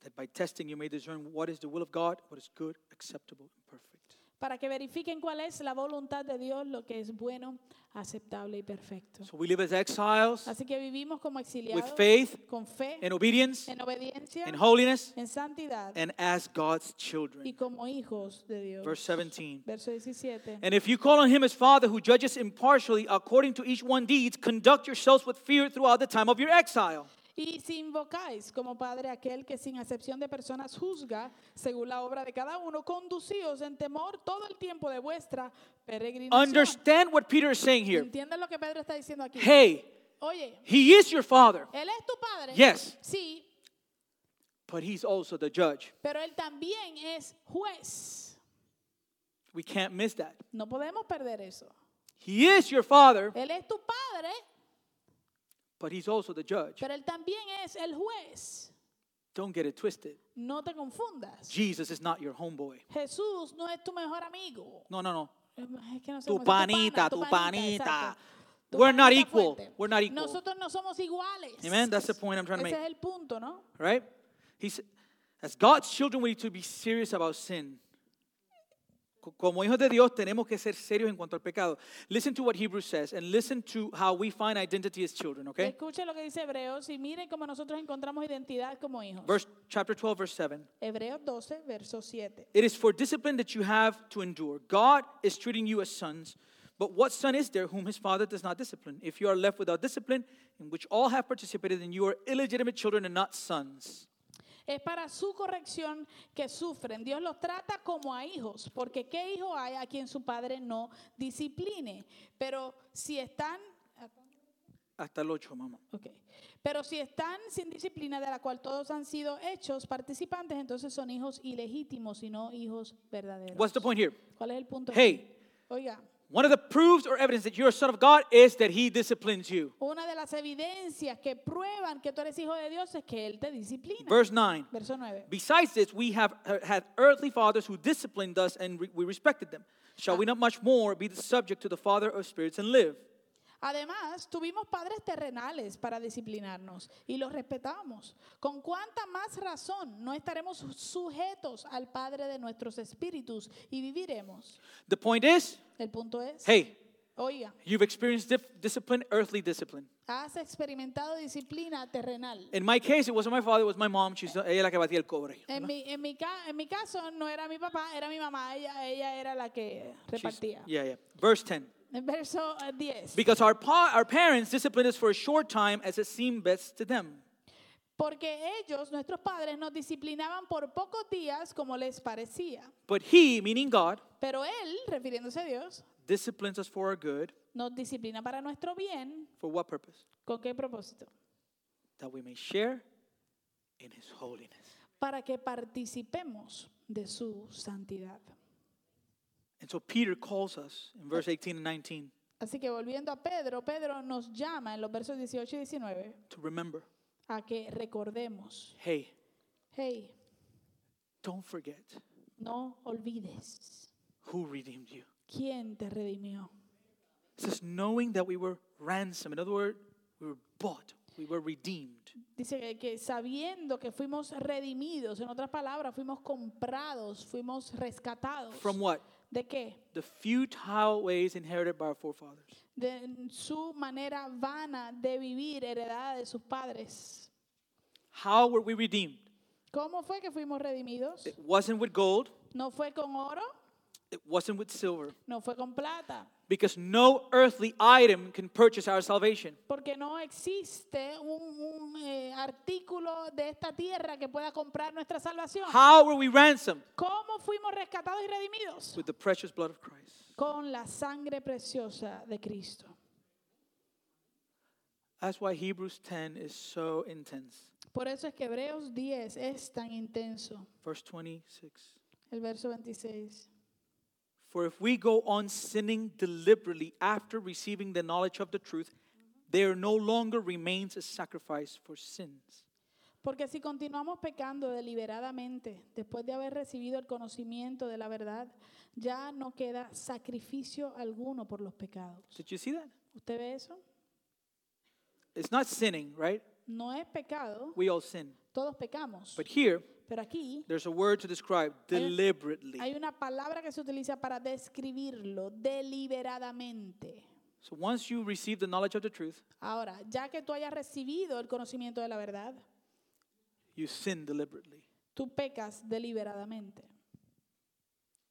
Speaker 1: that by testing you may discern what is the will of God, what is good, acceptable, and perfect.
Speaker 2: para que verifiquen cuál es la voluntad de Dios, lo que es bueno, aceptable y perfecto.
Speaker 1: So we live as exiles
Speaker 2: Así que vivimos como exiliados
Speaker 1: with faith
Speaker 2: con fe,
Speaker 1: and obedience
Speaker 2: en obediencia,
Speaker 1: and holiness
Speaker 2: en santidad
Speaker 1: and as God's
Speaker 2: y
Speaker 1: children.
Speaker 2: como hijos de Dios.
Speaker 1: Verse 17.
Speaker 2: Verso 17.
Speaker 1: And if you call on him as Father who judges impartially according to each one deeds, conduct yourselves with fear throughout the time of your exile.
Speaker 2: Y si invocáis como Padre aquel que sin acepción de personas juzga, según la obra de cada uno, conducíos en temor todo el tiempo de vuestra peregrinación.
Speaker 1: Understand what Peter is saying here.
Speaker 2: ¿Entiendes lo que Pedro está diciendo aquí?
Speaker 1: Hey,
Speaker 2: Oye,
Speaker 1: he is your Father,
Speaker 2: Él es tu Padre.
Speaker 1: Yes.
Speaker 2: Sí,
Speaker 1: but he's also the judge.
Speaker 2: pero Él también es juez.
Speaker 1: We can't miss that.
Speaker 2: No podemos perder eso.
Speaker 1: He is your Father,
Speaker 2: Él es tu Padre,
Speaker 1: but he's also the judge.
Speaker 2: pero Él también es el juez.
Speaker 1: Don't get it twisted.
Speaker 2: No te confundas.
Speaker 1: Jesus is not your homeboy.
Speaker 2: Jesús no es tu mejor amigo.
Speaker 1: No, no, no.
Speaker 2: Es que no sé
Speaker 1: Tu
Speaker 2: cómo es, pana,
Speaker 1: panita, tu panita.
Speaker 2: exacto. Tu
Speaker 1: We're not
Speaker 2: panita
Speaker 1: equal.
Speaker 2: fuerte.
Speaker 1: We're not equal.
Speaker 2: Nosotros no somos iguales.
Speaker 1: Amen? That's the point I'm trying to
Speaker 2: Ese
Speaker 1: make.
Speaker 2: es el punto, ¿no?
Speaker 1: Right? He's, as God's children, we need to be serious about sin. Co- Como hijos de Dios tenemos que ser serios en cuanto al pecado. Listen to what Hebrews says and listen to how we find identity as children, okay?
Speaker 2: Escuchen lo que dice Hebreos y miren cómo nosotros encontramos identidad como hijos.
Speaker 1: Verse chapter 12 verse 7.
Speaker 2: Hebreos 12, verso 7.
Speaker 1: It is for discipline that you have to endure. God is treating you as sons, but what son is there whom his father does not discipline? If you are left without discipline, in which all have participated, then you are illegitimate children and not sons.
Speaker 2: Es para su corrección que sufren. Dios los trata como a hijos, porque ¿qué hijo hay a quien su padre no discipline? Pero si están...
Speaker 1: Hasta el 8, mamá.
Speaker 2: Ok. Pero si están sin disciplina de la cual todos han sido hechos participantes, entonces son hijos ilegítimos y no hijos verdaderos.
Speaker 1: What's the point here?
Speaker 2: ¿Cuál es el punto?
Speaker 1: Hey.
Speaker 2: aquí? Oiga,
Speaker 1: One of the proofs or evidence that you're a son of God is that He disciplines you.
Speaker 2: una de las evidencias que prueban que tú eres hijo de Dios es que Él te disciplina.
Speaker 1: Verse 9.
Speaker 2: Verso 9.
Speaker 1: Besides this, we have uh, had earthly fathers who disciplined us and re- we respected them. Shall we not much more be the subject to the Father of spirits and live?
Speaker 2: Además, tuvimos padres terrenales para disciplinarnos y los respetamos. ¿Con cuánta más razón no estaremos sujetos al Padre de nuestros espíritus y viviremos?
Speaker 1: The point is,
Speaker 2: El punto es,
Speaker 1: hey,
Speaker 2: oiga,
Speaker 1: you've experienced dif- discipline, earthly discipline.
Speaker 2: Has experimentado disciplina terrenal.
Speaker 1: In my case, it wasn't my father, it was my mom. She's ella la que batía el cobre.
Speaker 2: En mi, en, mi ca- en mi caso no era mi papá, era mi mamá, ella, ella era la que
Speaker 1: She's-
Speaker 2: repartía.
Speaker 1: yeah, yeah. Verse 10.
Speaker 2: En verso eh, 10.
Speaker 1: Because our, pa- our parents disciplined us for a short time as it seemed best to them.
Speaker 2: Porque ellos, nuestros padres, nos disciplinaban por pocos días como les parecía.
Speaker 1: But He, meaning God,
Speaker 2: Pero Él, refiriéndose a Dios,
Speaker 1: disciplines us for our good.
Speaker 2: nos disciplina para nuestro bien.
Speaker 1: For what purpose?
Speaker 2: ¿Con qué propósito?
Speaker 1: That we may share in his holiness.
Speaker 2: Para que participemos de su santidad.
Speaker 1: And so Peter calls us in verse 18 and 19
Speaker 2: Así que volviendo a Pedro, Pedro nos llama en los versos 18 y 19
Speaker 1: to remember
Speaker 2: a que recordemos
Speaker 1: hey,
Speaker 2: Hey,
Speaker 1: don't forget
Speaker 2: no olvides
Speaker 1: who redeemed you.
Speaker 2: quién te redimió.
Speaker 1: It says, knowing that we were ransomed. In other words, we were bought, we were redeemed.
Speaker 2: Dice que, que sabiendo que fuimos redimidos, en otras palabras, fuimos comprados, fuimos rescatados.
Speaker 1: From what?
Speaker 2: ¿De qué?
Speaker 1: The futile ways inherited by our forefathers.
Speaker 2: De su manera vana de vivir heredada de sus padres.
Speaker 1: How were we redeemed?
Speaker 2: ¿Cómo fue que fuimos redimidos?
Speaker 1: It wasn't with gold,
Speaker 2: No fue con oro,
Speaker 1: it wasn't with silver,
Speaker 2: no fue con plata,
Speaker 1: because no earthly item can purchase our salvation.
Speaker 2: porque no existe un, un, eh, artículo de esta tierra que pueda comprar nuestra salvación.
Speaker 1: How were we ransomed?
Speaker 2: ¿Cómo fuimos rescatados y redimidos?
Speaker 1: With the precious blood of Christ.
Speaker 2: Con la sangre preciosa de Cristo.
Speaker 1: That's why Hebrews 10 is so intense.
Speaker 2: Por eso es que Hebreos 10 es tan intenso.
Speaker 1: Verse 26.
Speaker 2: El verso 26.
Speaker 1: For if we go on sinning deliberately after receiving the knowledge of the truth, there no longer remains a sacrifice for sins.
Speaker 2: Porque si continuamos pecando deliberadamente, después de haber recibido el conocimiento de la verdad, ya no queda sacrificio alguno por los pecados.
Speaker 1: Did you see that?
Speaker 2: ¿Usted ve eso?
Speaker 1: It's not sinning, right?
Speaker 2: No es pecado,
Speaker 1: We all sin.
Speaker 2: todos pecamos.
Speaker 1: But here,
Speaker 2: Pero aquí
Speaker 1: there's a word to describe deliberately.
Speaker 2: hay una palabra que se utiliza para describirlo deliberadamente.
Speaker 1: So once you receive the knowledge of the truth,
Speaker 2: Ahora, ya que tú hayas recibido el conocimiento de la verdad,
Speaker 1: you sin deliberately.
Speaker 2: tú pecas deliberadamente.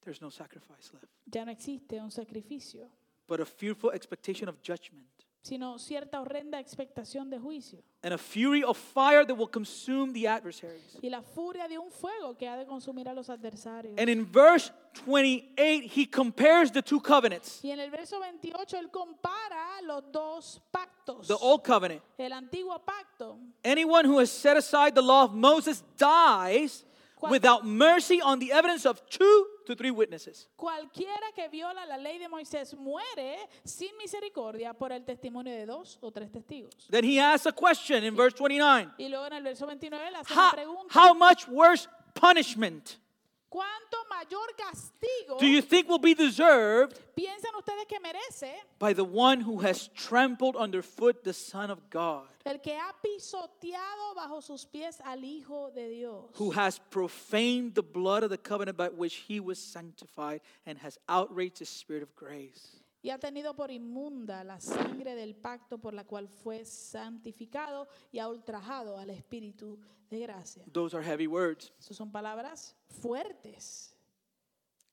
Speaker 1: There's no sacrifice left,
Speaker 2: Ya no existe un sacrificio,
Speaker 1: but a fearful expectation of judgment
Speaker 2: sino cierta horrenda expectación de juicio
Speaker 1: and a fury of fire that will consume the adversaries.
Speaker 2: y la furia de un fuego que ha de consumir a los adversarios.
Speaker 1: And in verse 28, he compares the two covenants
Speaker 2: Y en el verso 28 él compara los dos pactos.
Speaker 1: the old covenant.
Speaker 2: El antiguo pacto,
Speaker 1: Anyone who has set aside the law of Moses dies without mercy on the evidence of two to three witnesses.
Speaker 2: cualquiera que viola la ley de Moisés muere sin misericordia por el testimonio de dos o tres testigos.
Speaker 1: Then he asks a question in verse 29
Speaker 2: Y luego en el verso 29 él hace la
Speaker 1: How,
Speaker 2: pregunta,
Speaker 1: how much worse punishment
Speaker 2: ¿cuánto mayor castigo
Speaker 1: do you think will be deserved
Speaker 2: piensan ustedes que merece
Speaker 1: by the one who has trampled underfoot the Son of God,
Speaker 2: el que ha pisoteado bajo sus pies al Hijo de Dios?
Speaker 1: who has profaned the blood of the covenant by which he was sanctified and has outraged the Spirit of grace?
Speaker 2: y ha tenido por inmunda la sangre del pacto por la cual fue santificado y ha ultrajado al Espíritu de gracia.
Speaker 1: Those are heavy words
Speaker 2: Esas son palabras fuertes,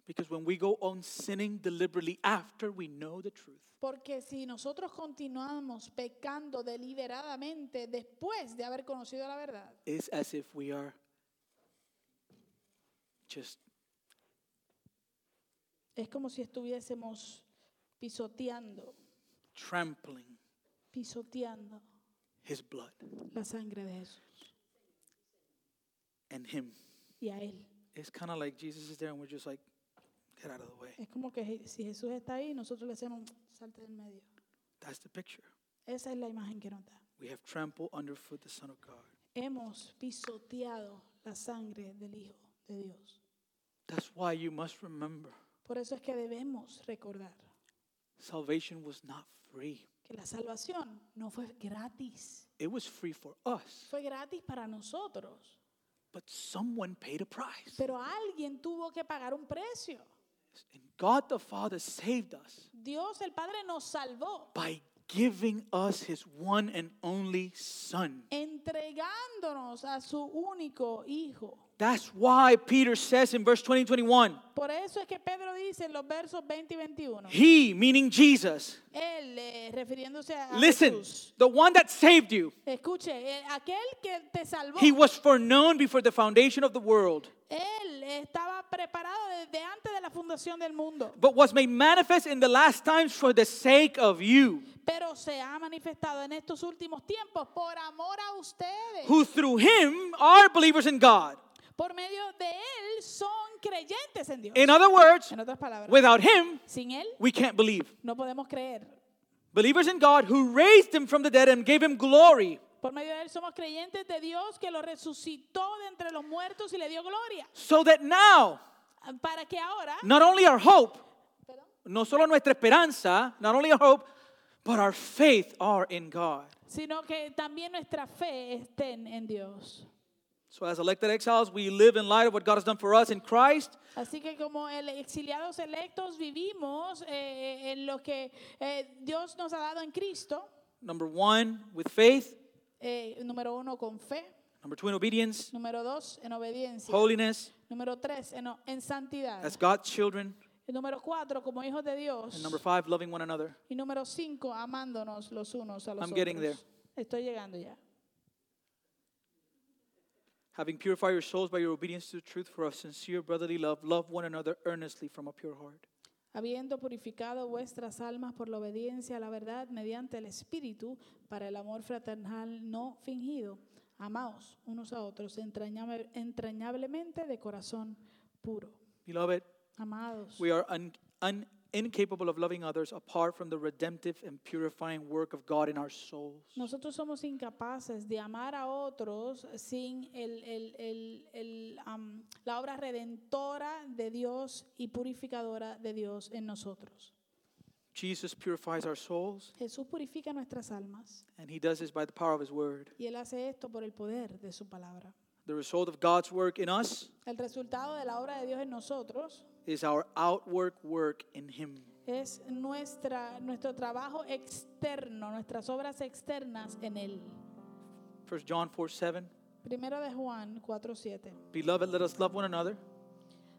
Speaker 1: because when we go on sinning deliberately after we know the truth,
Speaker 2: porque si nosotros continuamos pecando deliberadamente después de haber conocido la verdad,
Speaker 1: it's as if we are just
Speaker 2: es como si estuviésemos pisoteando,
Speaker 1: trampling
Speaker 2: pisoteando
Speaker 1: his blood
Speaker 2: la sangre de Jesús
Speaker 1: and him.
Speaker 2: y a Él.
Speaker 1: It's kind of like Jesus is there and we're just like, get out of the way.
Speaker 2: Es como que Je- si Jesús está ahí, nosotros le hacemos salte del medio.
Speaker 1: That's the picture.
Speaker 2: Esa es la imagen que nos da.
Speaker 1: We have trampled underfoot the Son of God.
Speaker 2: hemos pisoteado la sangre del Hijo de Dios.
Speaker 1: That's why you must remember
Speaker 2: Por eso es que debemos recordar
Speaker 1: salvation was not free,
Speaker 2: que la salvación no fue gratis,
Speaker 1: it was free for us,
Speaker 2: fue gratis para nosotros,
Speaker 1: but someone paid a price.
Speaker 2: pero alguien tuvo que pagar un precio.
Speaker 1: And God the Father saved us
Speaker 2: Dios el Padre nos salvó
Speaker 1: by giving us his one and only Son.
Speaker 2: entregándonos a su único Hijo.
Speaker 1: That's why Peter says in verse 20 21,
Speaker 2: Por eso es que Pedro dice en los versos 20 y 21,
Speaker 1: He, meaning Jesus,
Speaker 2: él eh, refiriéndose a
Speaker 1: listen,
Speaker 2: Jesús,
Speaker 1: the one that saved you,
Speaker 2: escuche, eh, aquel que te salvó,
Speaker 1: he was foreknown before the foundation of the world,
Speaker 2: Él estaba preparado desde antes de la fundación del mundo,
Speaker 1: but was made manifest in the last times for the sake of you.
Speaker 2: pero se ha manifestado en estos últimos tiempos por amor a ustedes.
Speaker 1: who through him are believers in God.
Speaker 2: Por medio de Él son creyentes en Dios.
Speaker 1: In other words,
Speaker 2: En otras palabras,
Speaker 1: without him,
Speaker 2: sin Él
Speaker 1: we can't believe.
Speaker 2: no podemos creer.
Speaker 1: Believers in God who raised him from the dead and gave him glory.
Speaker 2: Por medio de Él somos creyentes de Dios que lo resucitó de entre los muertos y le dio gloria.
Speaker 1: So that now,
Speaker 2: Para que ahora,
Speaker 1: not only our hope,
Speaker 2: perdón,
Speaker 1: no solo nuestra esperanza, not only our hope, but our faith are in God.
Speaker 2: sino que también nuestra fe estén en Dios.
Speaker 1: So as elected exiles, we live in light of what God has done for us in Christ,
Speaker 2: Así que como el- exiliados electos vivimos eh, eh, en lo que eh, Dios nos ha dado en Cristo,
Speaker 1: number one, with faith,
Speaker 2: eh, número uno con fe,
Speaker 1: number two, in obedience,
Speaker 2: número dos en obediencia,
Speaker 1: holiness,
Speaker 2: número tres en, o- en santidad,
Speaker 1: as God's children,
Speaker 2: y número cuatro como hijos de Dios
Speaker 1: and number five, loving one another.
Speaker 2: y número cinco amándonos los unos a los
Speaker 1: I'm
Speaker 2: otros.
Speaker 1: getting there.
Speaker 2: Estoy llegando ya.
Speaker 1: Having purified your souls by your obedience to the truth for a sincere brotherly love, love one another earnestly from a pure heart.
Speaker 2: Habiendo purificado vuestras almas por la obediencia a la verdad mediante el Espíritu para el amor fraternal no fingido, amaos unos a otros entrañable- entrañablemente de corazón puro.
Speaker 1: Beloved,
Speaker 2: Amados,
Speaker 1: we are un, un, incapable of loving others apart from the redemptive and purifying work of God in our souls.
Speaker 2: nosotros somos incapaces de amar a otros sin el- el- el- el, am, la obra redentora de Dios y purificadora de Dios en nosotros.
Speaker 1: Jesus purifies our souls,
Speaker 2: Jesús purifica nuestras almas
Speaker 1: and he does this by the power of his word.
Speaker 2: y Él hace esto por el poder de su palabra.
Speaker 1: The result of God's work in us
Speaker 2: El resultado de la obra de Dios en nosotros
Speaker 1: is our outward work in him.
Speaker 2: es nuestra, nuestro trabajo externo, nuestras obras externas en Él.
Speaker 1: 1 John 4 7.
Speaker 2: Primero de Juan 4:7.
Speaker 1: Beloved, let us love one another.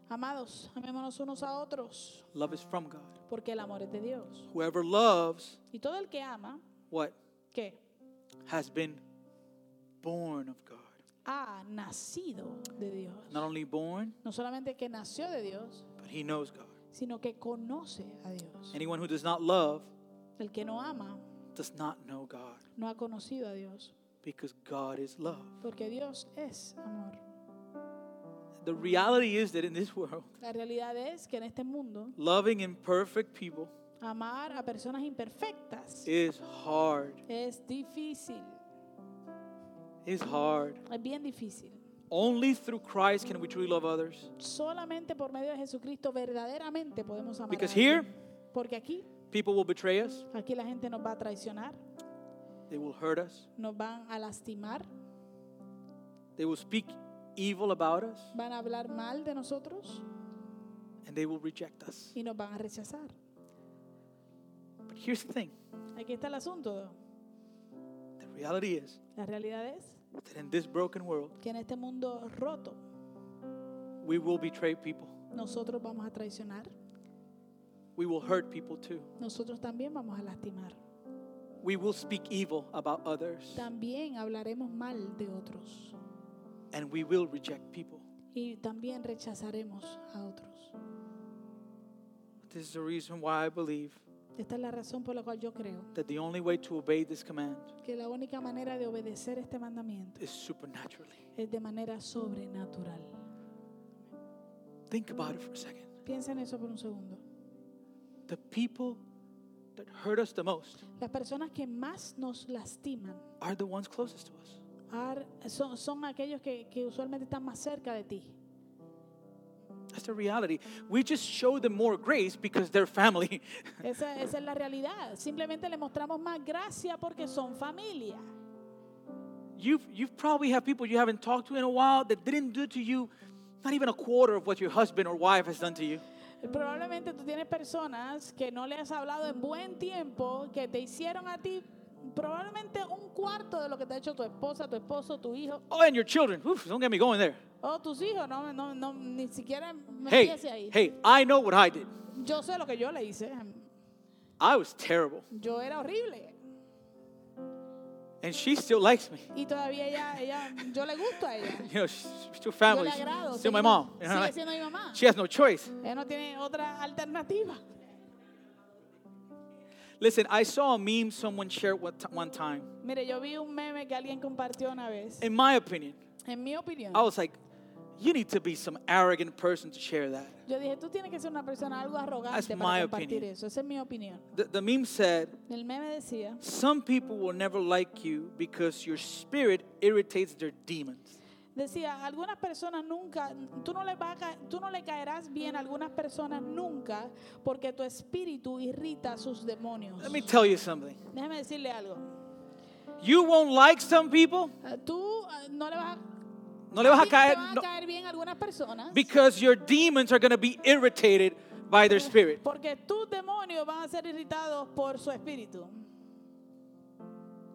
Speaker 2: Amados, amémonos unos a otros,
Speaker 1: Love is from God.
Speaker 2: porque el amor es de Dios.
Speaker 1: Whoever loves,
Speaker 2: Y todo el que ama,
Speaker 1: what?
Speaker 2: ¿qué?
Speaker 1: Has been born of God.
Speaker 2: Ha nacido de Dios.
Speaker 1: Not only born,
Speaker 2: No solamente que nació de Dios,
Speaker 1: but he knows God.
Speaker 2: sino que conoce a Dios.
Speaker 1: Anyone who does not love
Speaker 2: El que no ama,
Speaker 1: does not know God
Speaker 2: no ha conocido a Dios,
Speaker 1: because God is love.
Speaker 2: porque Dios es amor.
Speaker 1: The reality is that in this world,
Speaker 2: La realidad es que en este mundo,
Speaker 1: loving imperfect people
Speaker 2: amar a personas imperfectas
Speaker 1: is hard.
Speaker 2: es difícil,
Speaker 1: It's hard.
Speaker 2: es bien difícil.
Speaker 1: Only through Christ can we truly love others.
Speaker 2: Solamente por medio de Jesucristo verdaderamente podemos amar. a
Speaker 1: Because
Speaker 2: alguien.
Speaker 1: here-
Speaker 2: porque aquí,
Speaker 1: People will betray us,
Speaker 2: aquí la gente nos va a traicionar,
Speaker 1: they will hurt us,
Speaker 2: nos van a lastimar,
Speaker 1: they will speak evil about us,
Speaker 2: van a hablar mal de nosotros
Speaker 1: and they will reject us.
Speaker 2: y nos van a rechazar.
Speaker 1: But here's the thing
Speaker 2: Aquí está el asunto.
Speaker 1: the reality is
Speaker 2: La realidad es
Speaker 1: that in this broken world,
Speaker 2: que en este mundo roto
Speaker 1: we will betray people,
Speaker 2: nosotros vamos a traicionar,
Speaker 1: we will hurt people too,
Speaker 2: nosotros también vamos a lastimar.
Speaker 1: we will speak evil about others,
Speaker 2: También hablaremos mal de otros
Speaker 1: and we will reject people.
Speaker 2: y también rechazaremos a otros.
Speaker 1: This is the reason why I believe
Speaker 2: Esta es la razón por la cual yo creo
Speaker 1: that the only way to obey this command
Speaker 2: que la única manera de obedecer este mandamiento
Speaker 1: is supernaturally.
Speaker 2: es de manera sobrenatural.
Speaker 1: Think about it for a second.
Speaker 2: Piensa en eso por un segundo.
Speaker 1: The people that hurt us the most
Speaker 2: Las personas que más nos lastiman
Speaker 1: are the ones closest to us.
Speaker 2: ar- son, son aquellos que, que usualmente están más cerca de ti.
Speaker 1: That's the reality. We just show them more grace because they're family.
Speaker 2: Esa, esa es la realidad. Simplemente le mostramos más gracia porque son familia.
Speaker 1: You've, you've probably have people you haven't talked to in a while that didn't do to you not even a quarter of what your husband or wife has done to you.
Speaker 2: Probablemente tú tienes personas que no le has hablado en buen tiempo, que te hicieron a ti probablemente un cuarto de lo que te ha hecho tu esposa, tu esposo, tu hijo
Speaker 1: Oh, and your children. Oof, don't get me going there.
Speaker 2: o tus hijos. No, no, no ni siquiera me
Speaker 1: Hey,
Speaker 2: empiece ahí.
Speaker 1: hey, I know what I did.
Speaker 2: Yo sé lo que yo le hice.
Speaker 1: I was terrible.
Speaker 2: Yo era horrible.
Speaker 1: And she still likes me.
Speaker 2: Y todavía ella, ella yo le gusto a ella.
Speaker 1: You know, she's she's still
Speaker 2: Yo
Speaker 1: family.
Speaker 2: le
Speaker 1: She's
Speaker 2: agrado.
Speaker 1: still my
Speaker 2: sigue-
Speaker 1: mom. You know,
Speaker 2: Sigue
Speaker 1: like,
Speaker 2: siendo mi mamá.
Speaker 1: she has no choice.
Speaker 2: Ella no tiene otra alternativa.
Speaker 1: Listen, I saw a meme someone shared one ti- one time.
Speaker 2: Mire, yo vi un meme que alguien compartió una vez.
Speaker 1: In my opinion,
Speaker 2: En mi opinión,
Speaker 1: I was like, you need to be some arrogant person to share that.
Speaker 2: yo dije, tú tienes que ser una persona algo arrogante
Speaker 1: That's
Speaker 2: para
Speaker 1: my
Speaker 2: compartir
Speaker 1: opinion.
Speaker 2: eso. Esa es mi opinión.
Speaker 1: The, the meme said,
Speaker 2: El meme decía,
Speaker 1: Some people will never like you because your spirit irritates their demons.
Speaker 2: decía, algunas personas nunca, tú no le vas a ca- tú no le caerás bien a algunas personas nunca porque tu espíritu irrita a sus demonios.
Speaker 1: Let me tell you something.
Speaker 2: Déjame decirle algo.
Speaker 1: You won't like some people,
Speaker 2: Ah, Tú ah, no le vas a,
Speaker 1: no le vas a
Speaker 2: sí, te
Speaker 1: caer,
Speaker 2: van a
Speaker 1: no,
Speaker 2: caer bien a algunas personas
Speaker 1: because your demons are going to be irritated by their spirit.
Speaker 2: porque tus demonios van a ser irritados por su espíritu.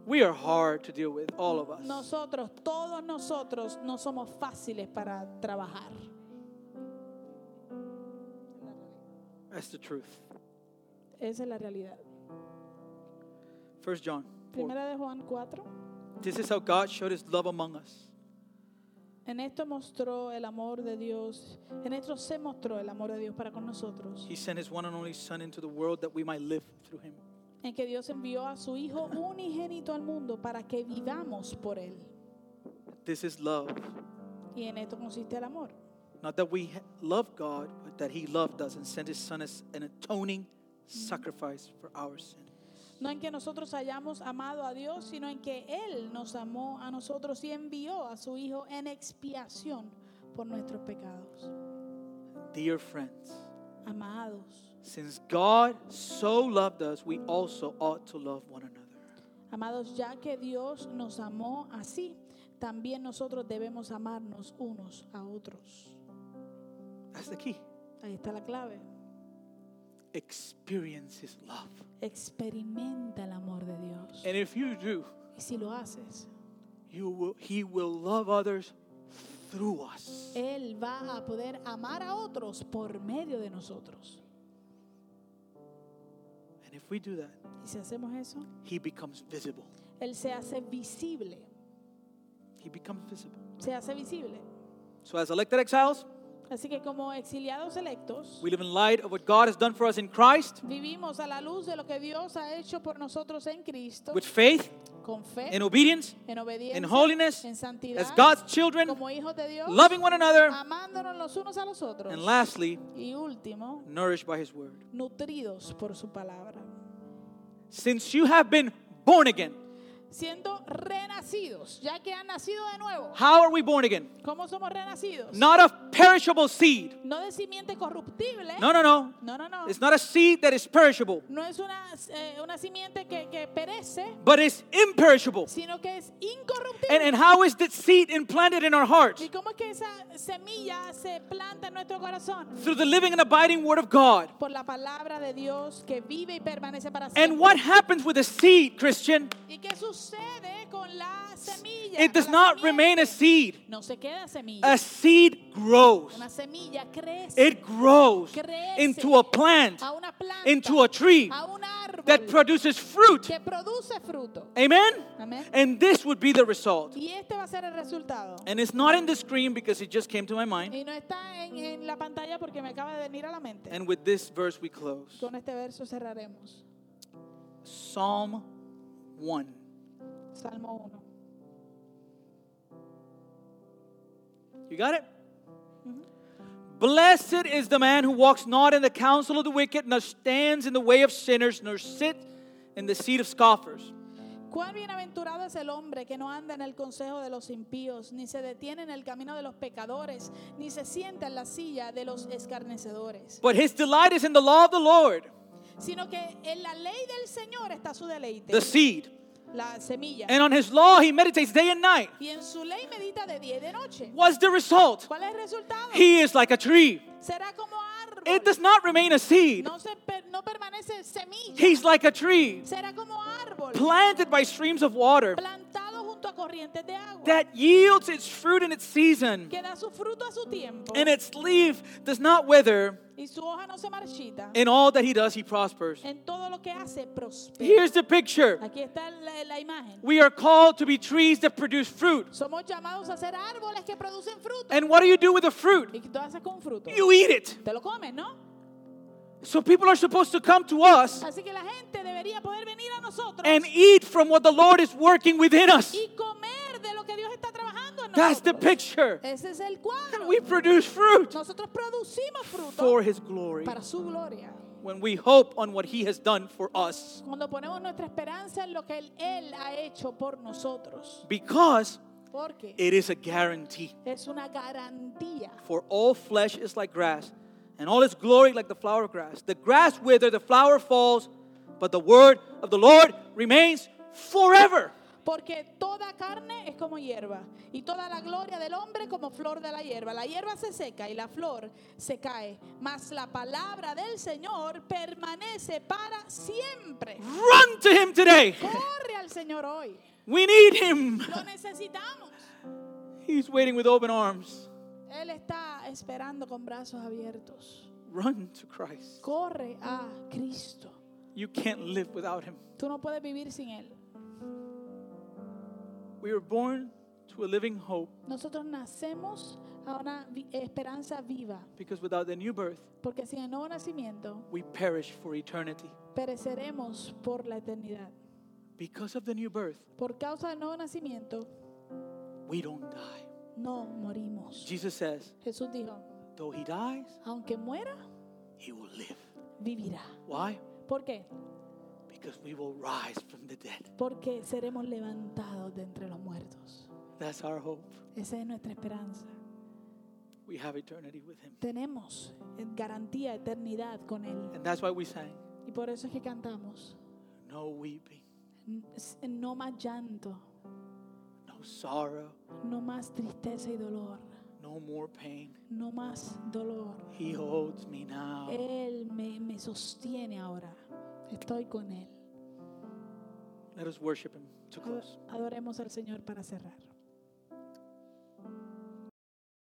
Speaker 1: We are hard to deal with, all of us.
Speaker 2: Nosotros, todos nosotros, no somos fáciles para trabajar.
Speaker 1: That's the truth.
Speaker 2: Esa es la realidad.
Speaker 1: First John 4.
Speaker 2: Primera de Juan 4.
Speaker 1: This is how God showed his love among us.
Speaker 2: En esto mostró el amor de Dios. En esto se mostró el amor de Dios para con nosotros.
Speaker 1: He sent his one and only Son into the world that we might live through him.
Speaker 2: En que Dios envió a su Hijo unigénito al mundo para que vivamos por Él.
Speaker 1: This is love.
Speaker 2: Y en esto consiste el amor.
Speaker 1: Not that we ha- love God, but that He loved us and sent His Son as an atoning sacrifice for our sin.
Speaker 2: No en que nosotros hayamos amado a Dios, sino en que Él nos amó a nosotros y envió a su Hijo en expiación por nuestros pecados.
Speaker 1: Dear friends,
Speaker 2: Amados,
Speaker 1: Since God so loved us, we also ought to love one another.
Speaker 2: Amados, ya que Dios nos amó así, también nosotros debemos amarnos unos a otros.
Speaker 1: That's the key.
Speaker 2: Ahí está la clave.
Speaker 1: Experience His love.
Speaker 2: Experimenta el amor de Dios.
Speaker 1: And if you do,
Speaker 2: Y si lo haces,
Speaker 1: you will, He will love others through us.
Speaker 2: Él va a poder amar a otros por medio de nosotros.
Speaker 1: And if we do that,
Speaker 2: Y si hacemos eso,
Speaker 1: He becomes visible.
Speaker 2: Él se hace visible.
Speaker 1: He becomes visible.
Speaker 2: Se hace visible.
Speaker 1: So, as elected exiles,
Speaker 2: Así que como exiliados electos,
Speaker 1: we live in light of what God has done for us in Christ
Speaker 2: vivimos a la luz de lo que Dios ha hecho por nosotros en Cristo,
Speaker 1: with faith
Speaker 2: con fe,
Speaker 1: and obedience,
Speaker 2: en obediencia,
Speaker 1: in holiness,
Speaker 2: en santidad,
Speaker 1: as God's children,
Speaker 2: como hijos de Dios,
Speaker 1: loving one another,
Speaker 2: amándonos los unos a los otros.
Speaker 1: and lastly,
Speaker 2: Y último,
Speaker 1: nourished by His word.
Speaker 2: nutridos por su palabra,
Speaker 1: Since you have been born again,
Speaker 2: siendo renacidos, ya que han nacido de nuevo.
Speaker 1: how are we born again?
Speaker 2: ¿Cómo somos renacidos?
Speaker 1: Not of perishable seed.
Speaker 2: No de simiente corruptible.
Speaker 1: No, no, no.
Speaker 2: no, no. No,
Speaker 1: It's not a seed that is perishable,
Speaker 2: No es una, eh, una simiente que, que perece,
Speaker 1: but it's imperishable.
Speaker 2: sino que es incorruptible.
Speaker 1: And, and how is that seed implanted in our hearts?
Speaker 2: ¿Y cómo es que esa semilla se planta en nuestro corazón?
Speaker 1: Through the living and abiding word of God.
Speaker 2: Por la palabra de Dios que vive y permanece para siempre.
Speaker 1: And what happens with the seed, Christian?
Speaker 2: ¿Y qué sucede con la semilla?
Speaker 1: It does
Speaker 2: con la
Speaker 1: not
Speaker 2: simiente?
Speaker 1: remain a seed.
Speaker 2: No se queda semilla.
Speaker 1: A seed grows.
Speaker 2: Una semilla crece
Speaker 1: It grows
Speaker 2: Crece.
Speaker 1: into a plant,
Speaker 2: a una planta,
Speaker 1: into a tree
Speaker 2: a un árbol
Speaker 1: that produces fruit.
Speaker 2: que produce fruto.
Speaker 1: Amen?
Speaker 2: Amén.
Speaker 1: And this would be the result.
Speaker 2: Y este va a ser el resultado.
Speaker 1: And it's not in the screen because it just came to my mind.
Speaker 2: Y no está en, en la pantalla porque me acaba de venir a la mente.
Speaker 1: And with this verse, we close
Speaker 2: Con este verso cerraremos.
Speaker 1: Psalm 1.
Speaker 2: Salmo 1.
Speaker 1: You got it? Blessed is the man who walks not in the counsel of the wicked, nor stands in the way of sinners, nor sits in the seat of scoffers.
Speaker 2: Cuán bienaventurado es el hombre que no anda en el consejo de los impíos, ni se detiene en el camino de los pecadores, ni se sienta en la silla de los escarnecedores,
Speaker 1: But his delight is in the law of the Lord,
Speaker 2: sino que en la ley del Señor está su deleite,
Speaker 1: the seed.
Speaker 2: la semilla.
Speaker 1: And on his law he meditates day and night.
Speaker 2: Y en su ley medita de día y de noche.
Speaker 1: What's the result?
Speaker 2: ¿Cuál es el resultado?
Speaker 1: He is like a tree.
Speaker 2: Será como árbol.
Speaker 1: It does not remain a seed.
Speaker 2: No, se per- no permanece semilla.
Speaker 1: He's like a tree
Speaker 2: Será como árbol
Speaker 1: planted by streams of water
Speaker 2: plantado junto a corrientes de agua
Speaker 1: that yields its fruit in its season,
Speaker 2: que da su fruto a su tiempo
Speaker 1: and its leaf does not wither.
Speaker 2: y su hoja no se marchita.
Speaker 1: In all that he does, he prospers.
Speaker 2: En todo lo que hace prospera.
Speaker 1: Here's the picture.
Speaker 2: Aquí está la, la imagen.
Speaker 1: We are called to be trees that produce fruit.
Speaker 2: Somos llamados a ser árboles que producen fruto.
Speaker 1: And what do you do with the fruit?
Speaker 2: ¿Y qué tú haces con un fruto?
Speaker 1: You eat it.
Speaker 2: Te lo comes, ¿no?
Speaker 1: So people are supposed to come to us
Speaker 2: Así que la gente debería poder venir a nosotros
Speaker 1: and eat from what the Lord is working within us.
Speaker 2: y comer de lo que Dios está trabajando en
Speaker 1: That's the
Speaker 2: nosotros.
Speaker 1: picture.
Speaker 2: Ese es el cuadro.
Speaker 1: And we produce fruit
Speaker 2: Nosotros producimos fruto
Speaker 1: for his glory
Speaker 2: para su gloria.
Speaker 1: when we hope on what he has done for us.
Speaker 2: Cuando ponemos nuestra esperanza en lo que Él, Él ha hecho por nosotros.
Speaker 1: Because
Speaker 2: Porque
Speaker 1: it is a guarantee.
Speaker 2: es una garantía.
Speaker 1: For all flesh is like grass, and all its glory like the flower of grass. The grass wither, the flower falls, but the word of the Lord remains forever.
Speaker 2: Porque toda carne es como hierba y toda la gloria del hombre como flor de la hierba. La hierba se seca y la flor se cae, mas la palabra del Señor permanece para siempre.
Speaker 1: Run to him today.
Speaker 2: Corre al Señor hoy.
Speaker 1: We need him.
Speaker 2: Lo necesitamos.
Speaker 1: He's waiting with open arms.
Speaker 2: Él está esperando con brazos abiertos.
Speaker 1: Run to Christ.
Speaker 2: Corre a Cristo.
Speaker 1: You can't live without him.
Speaker 2: Tú no puedes vivir sin Él.
Speaker 1: We were born to a living hope
Speaker 2: Nosotros nacemos a una vi- esperanza viva,
Speaker 1: because without the new birth,
Speaker 2: porque sin el nuevo nacimiento
Speaker 1: we perish for eternity.
Speaker 2: pereceremos por la eternidad.
Speaker 1: Because of the new birth,
Speaker 2: Por causa del nuevo nacimiento,
Speaker 1: we don't die.
Speaker 2: no morimos.
Speaker 1: Jesus says,
Speaker 2: Jesús dijo,
Speaker 1: though he dies,
Speaker 2: aunque muera,
Speaker 1: he will live.
Speaker 2: vivirá.
Speaker 1: Why?
Speaker 2: ¿Por qué?
Speaker 1: Because we will rise from the dead.
Speaker 2: Porque seremos levantados de entre los muertos.
Speaker 1: That's our hope.
Speaker 2: Esa es nuestra esperanza.
Speaker 1: we have eternity with Him.
Speaker 2: tenemos garantía eternidad con Él.
Speaker 1: And that's why we sang,
Speaker 2: Y por eso es que cantamos,
Speaker 1: No weeping,
Speaker 2: n- s- no más llanto,
Speaker 1: no sorrow,
Speaker 2: no más tristeza y dolor,
Speaker 1: no more pain.
Speaker 2: no más dolor.
Speaker 1: He holds me now.
Speaker 2: Él me, me sostiene ahora, estoy con Él.
Speaker 1: Let us worship Him to
Speaker 2: Ado-
Speaker 1: close.
Speaker 2: Adoremos al Señor para cerrar.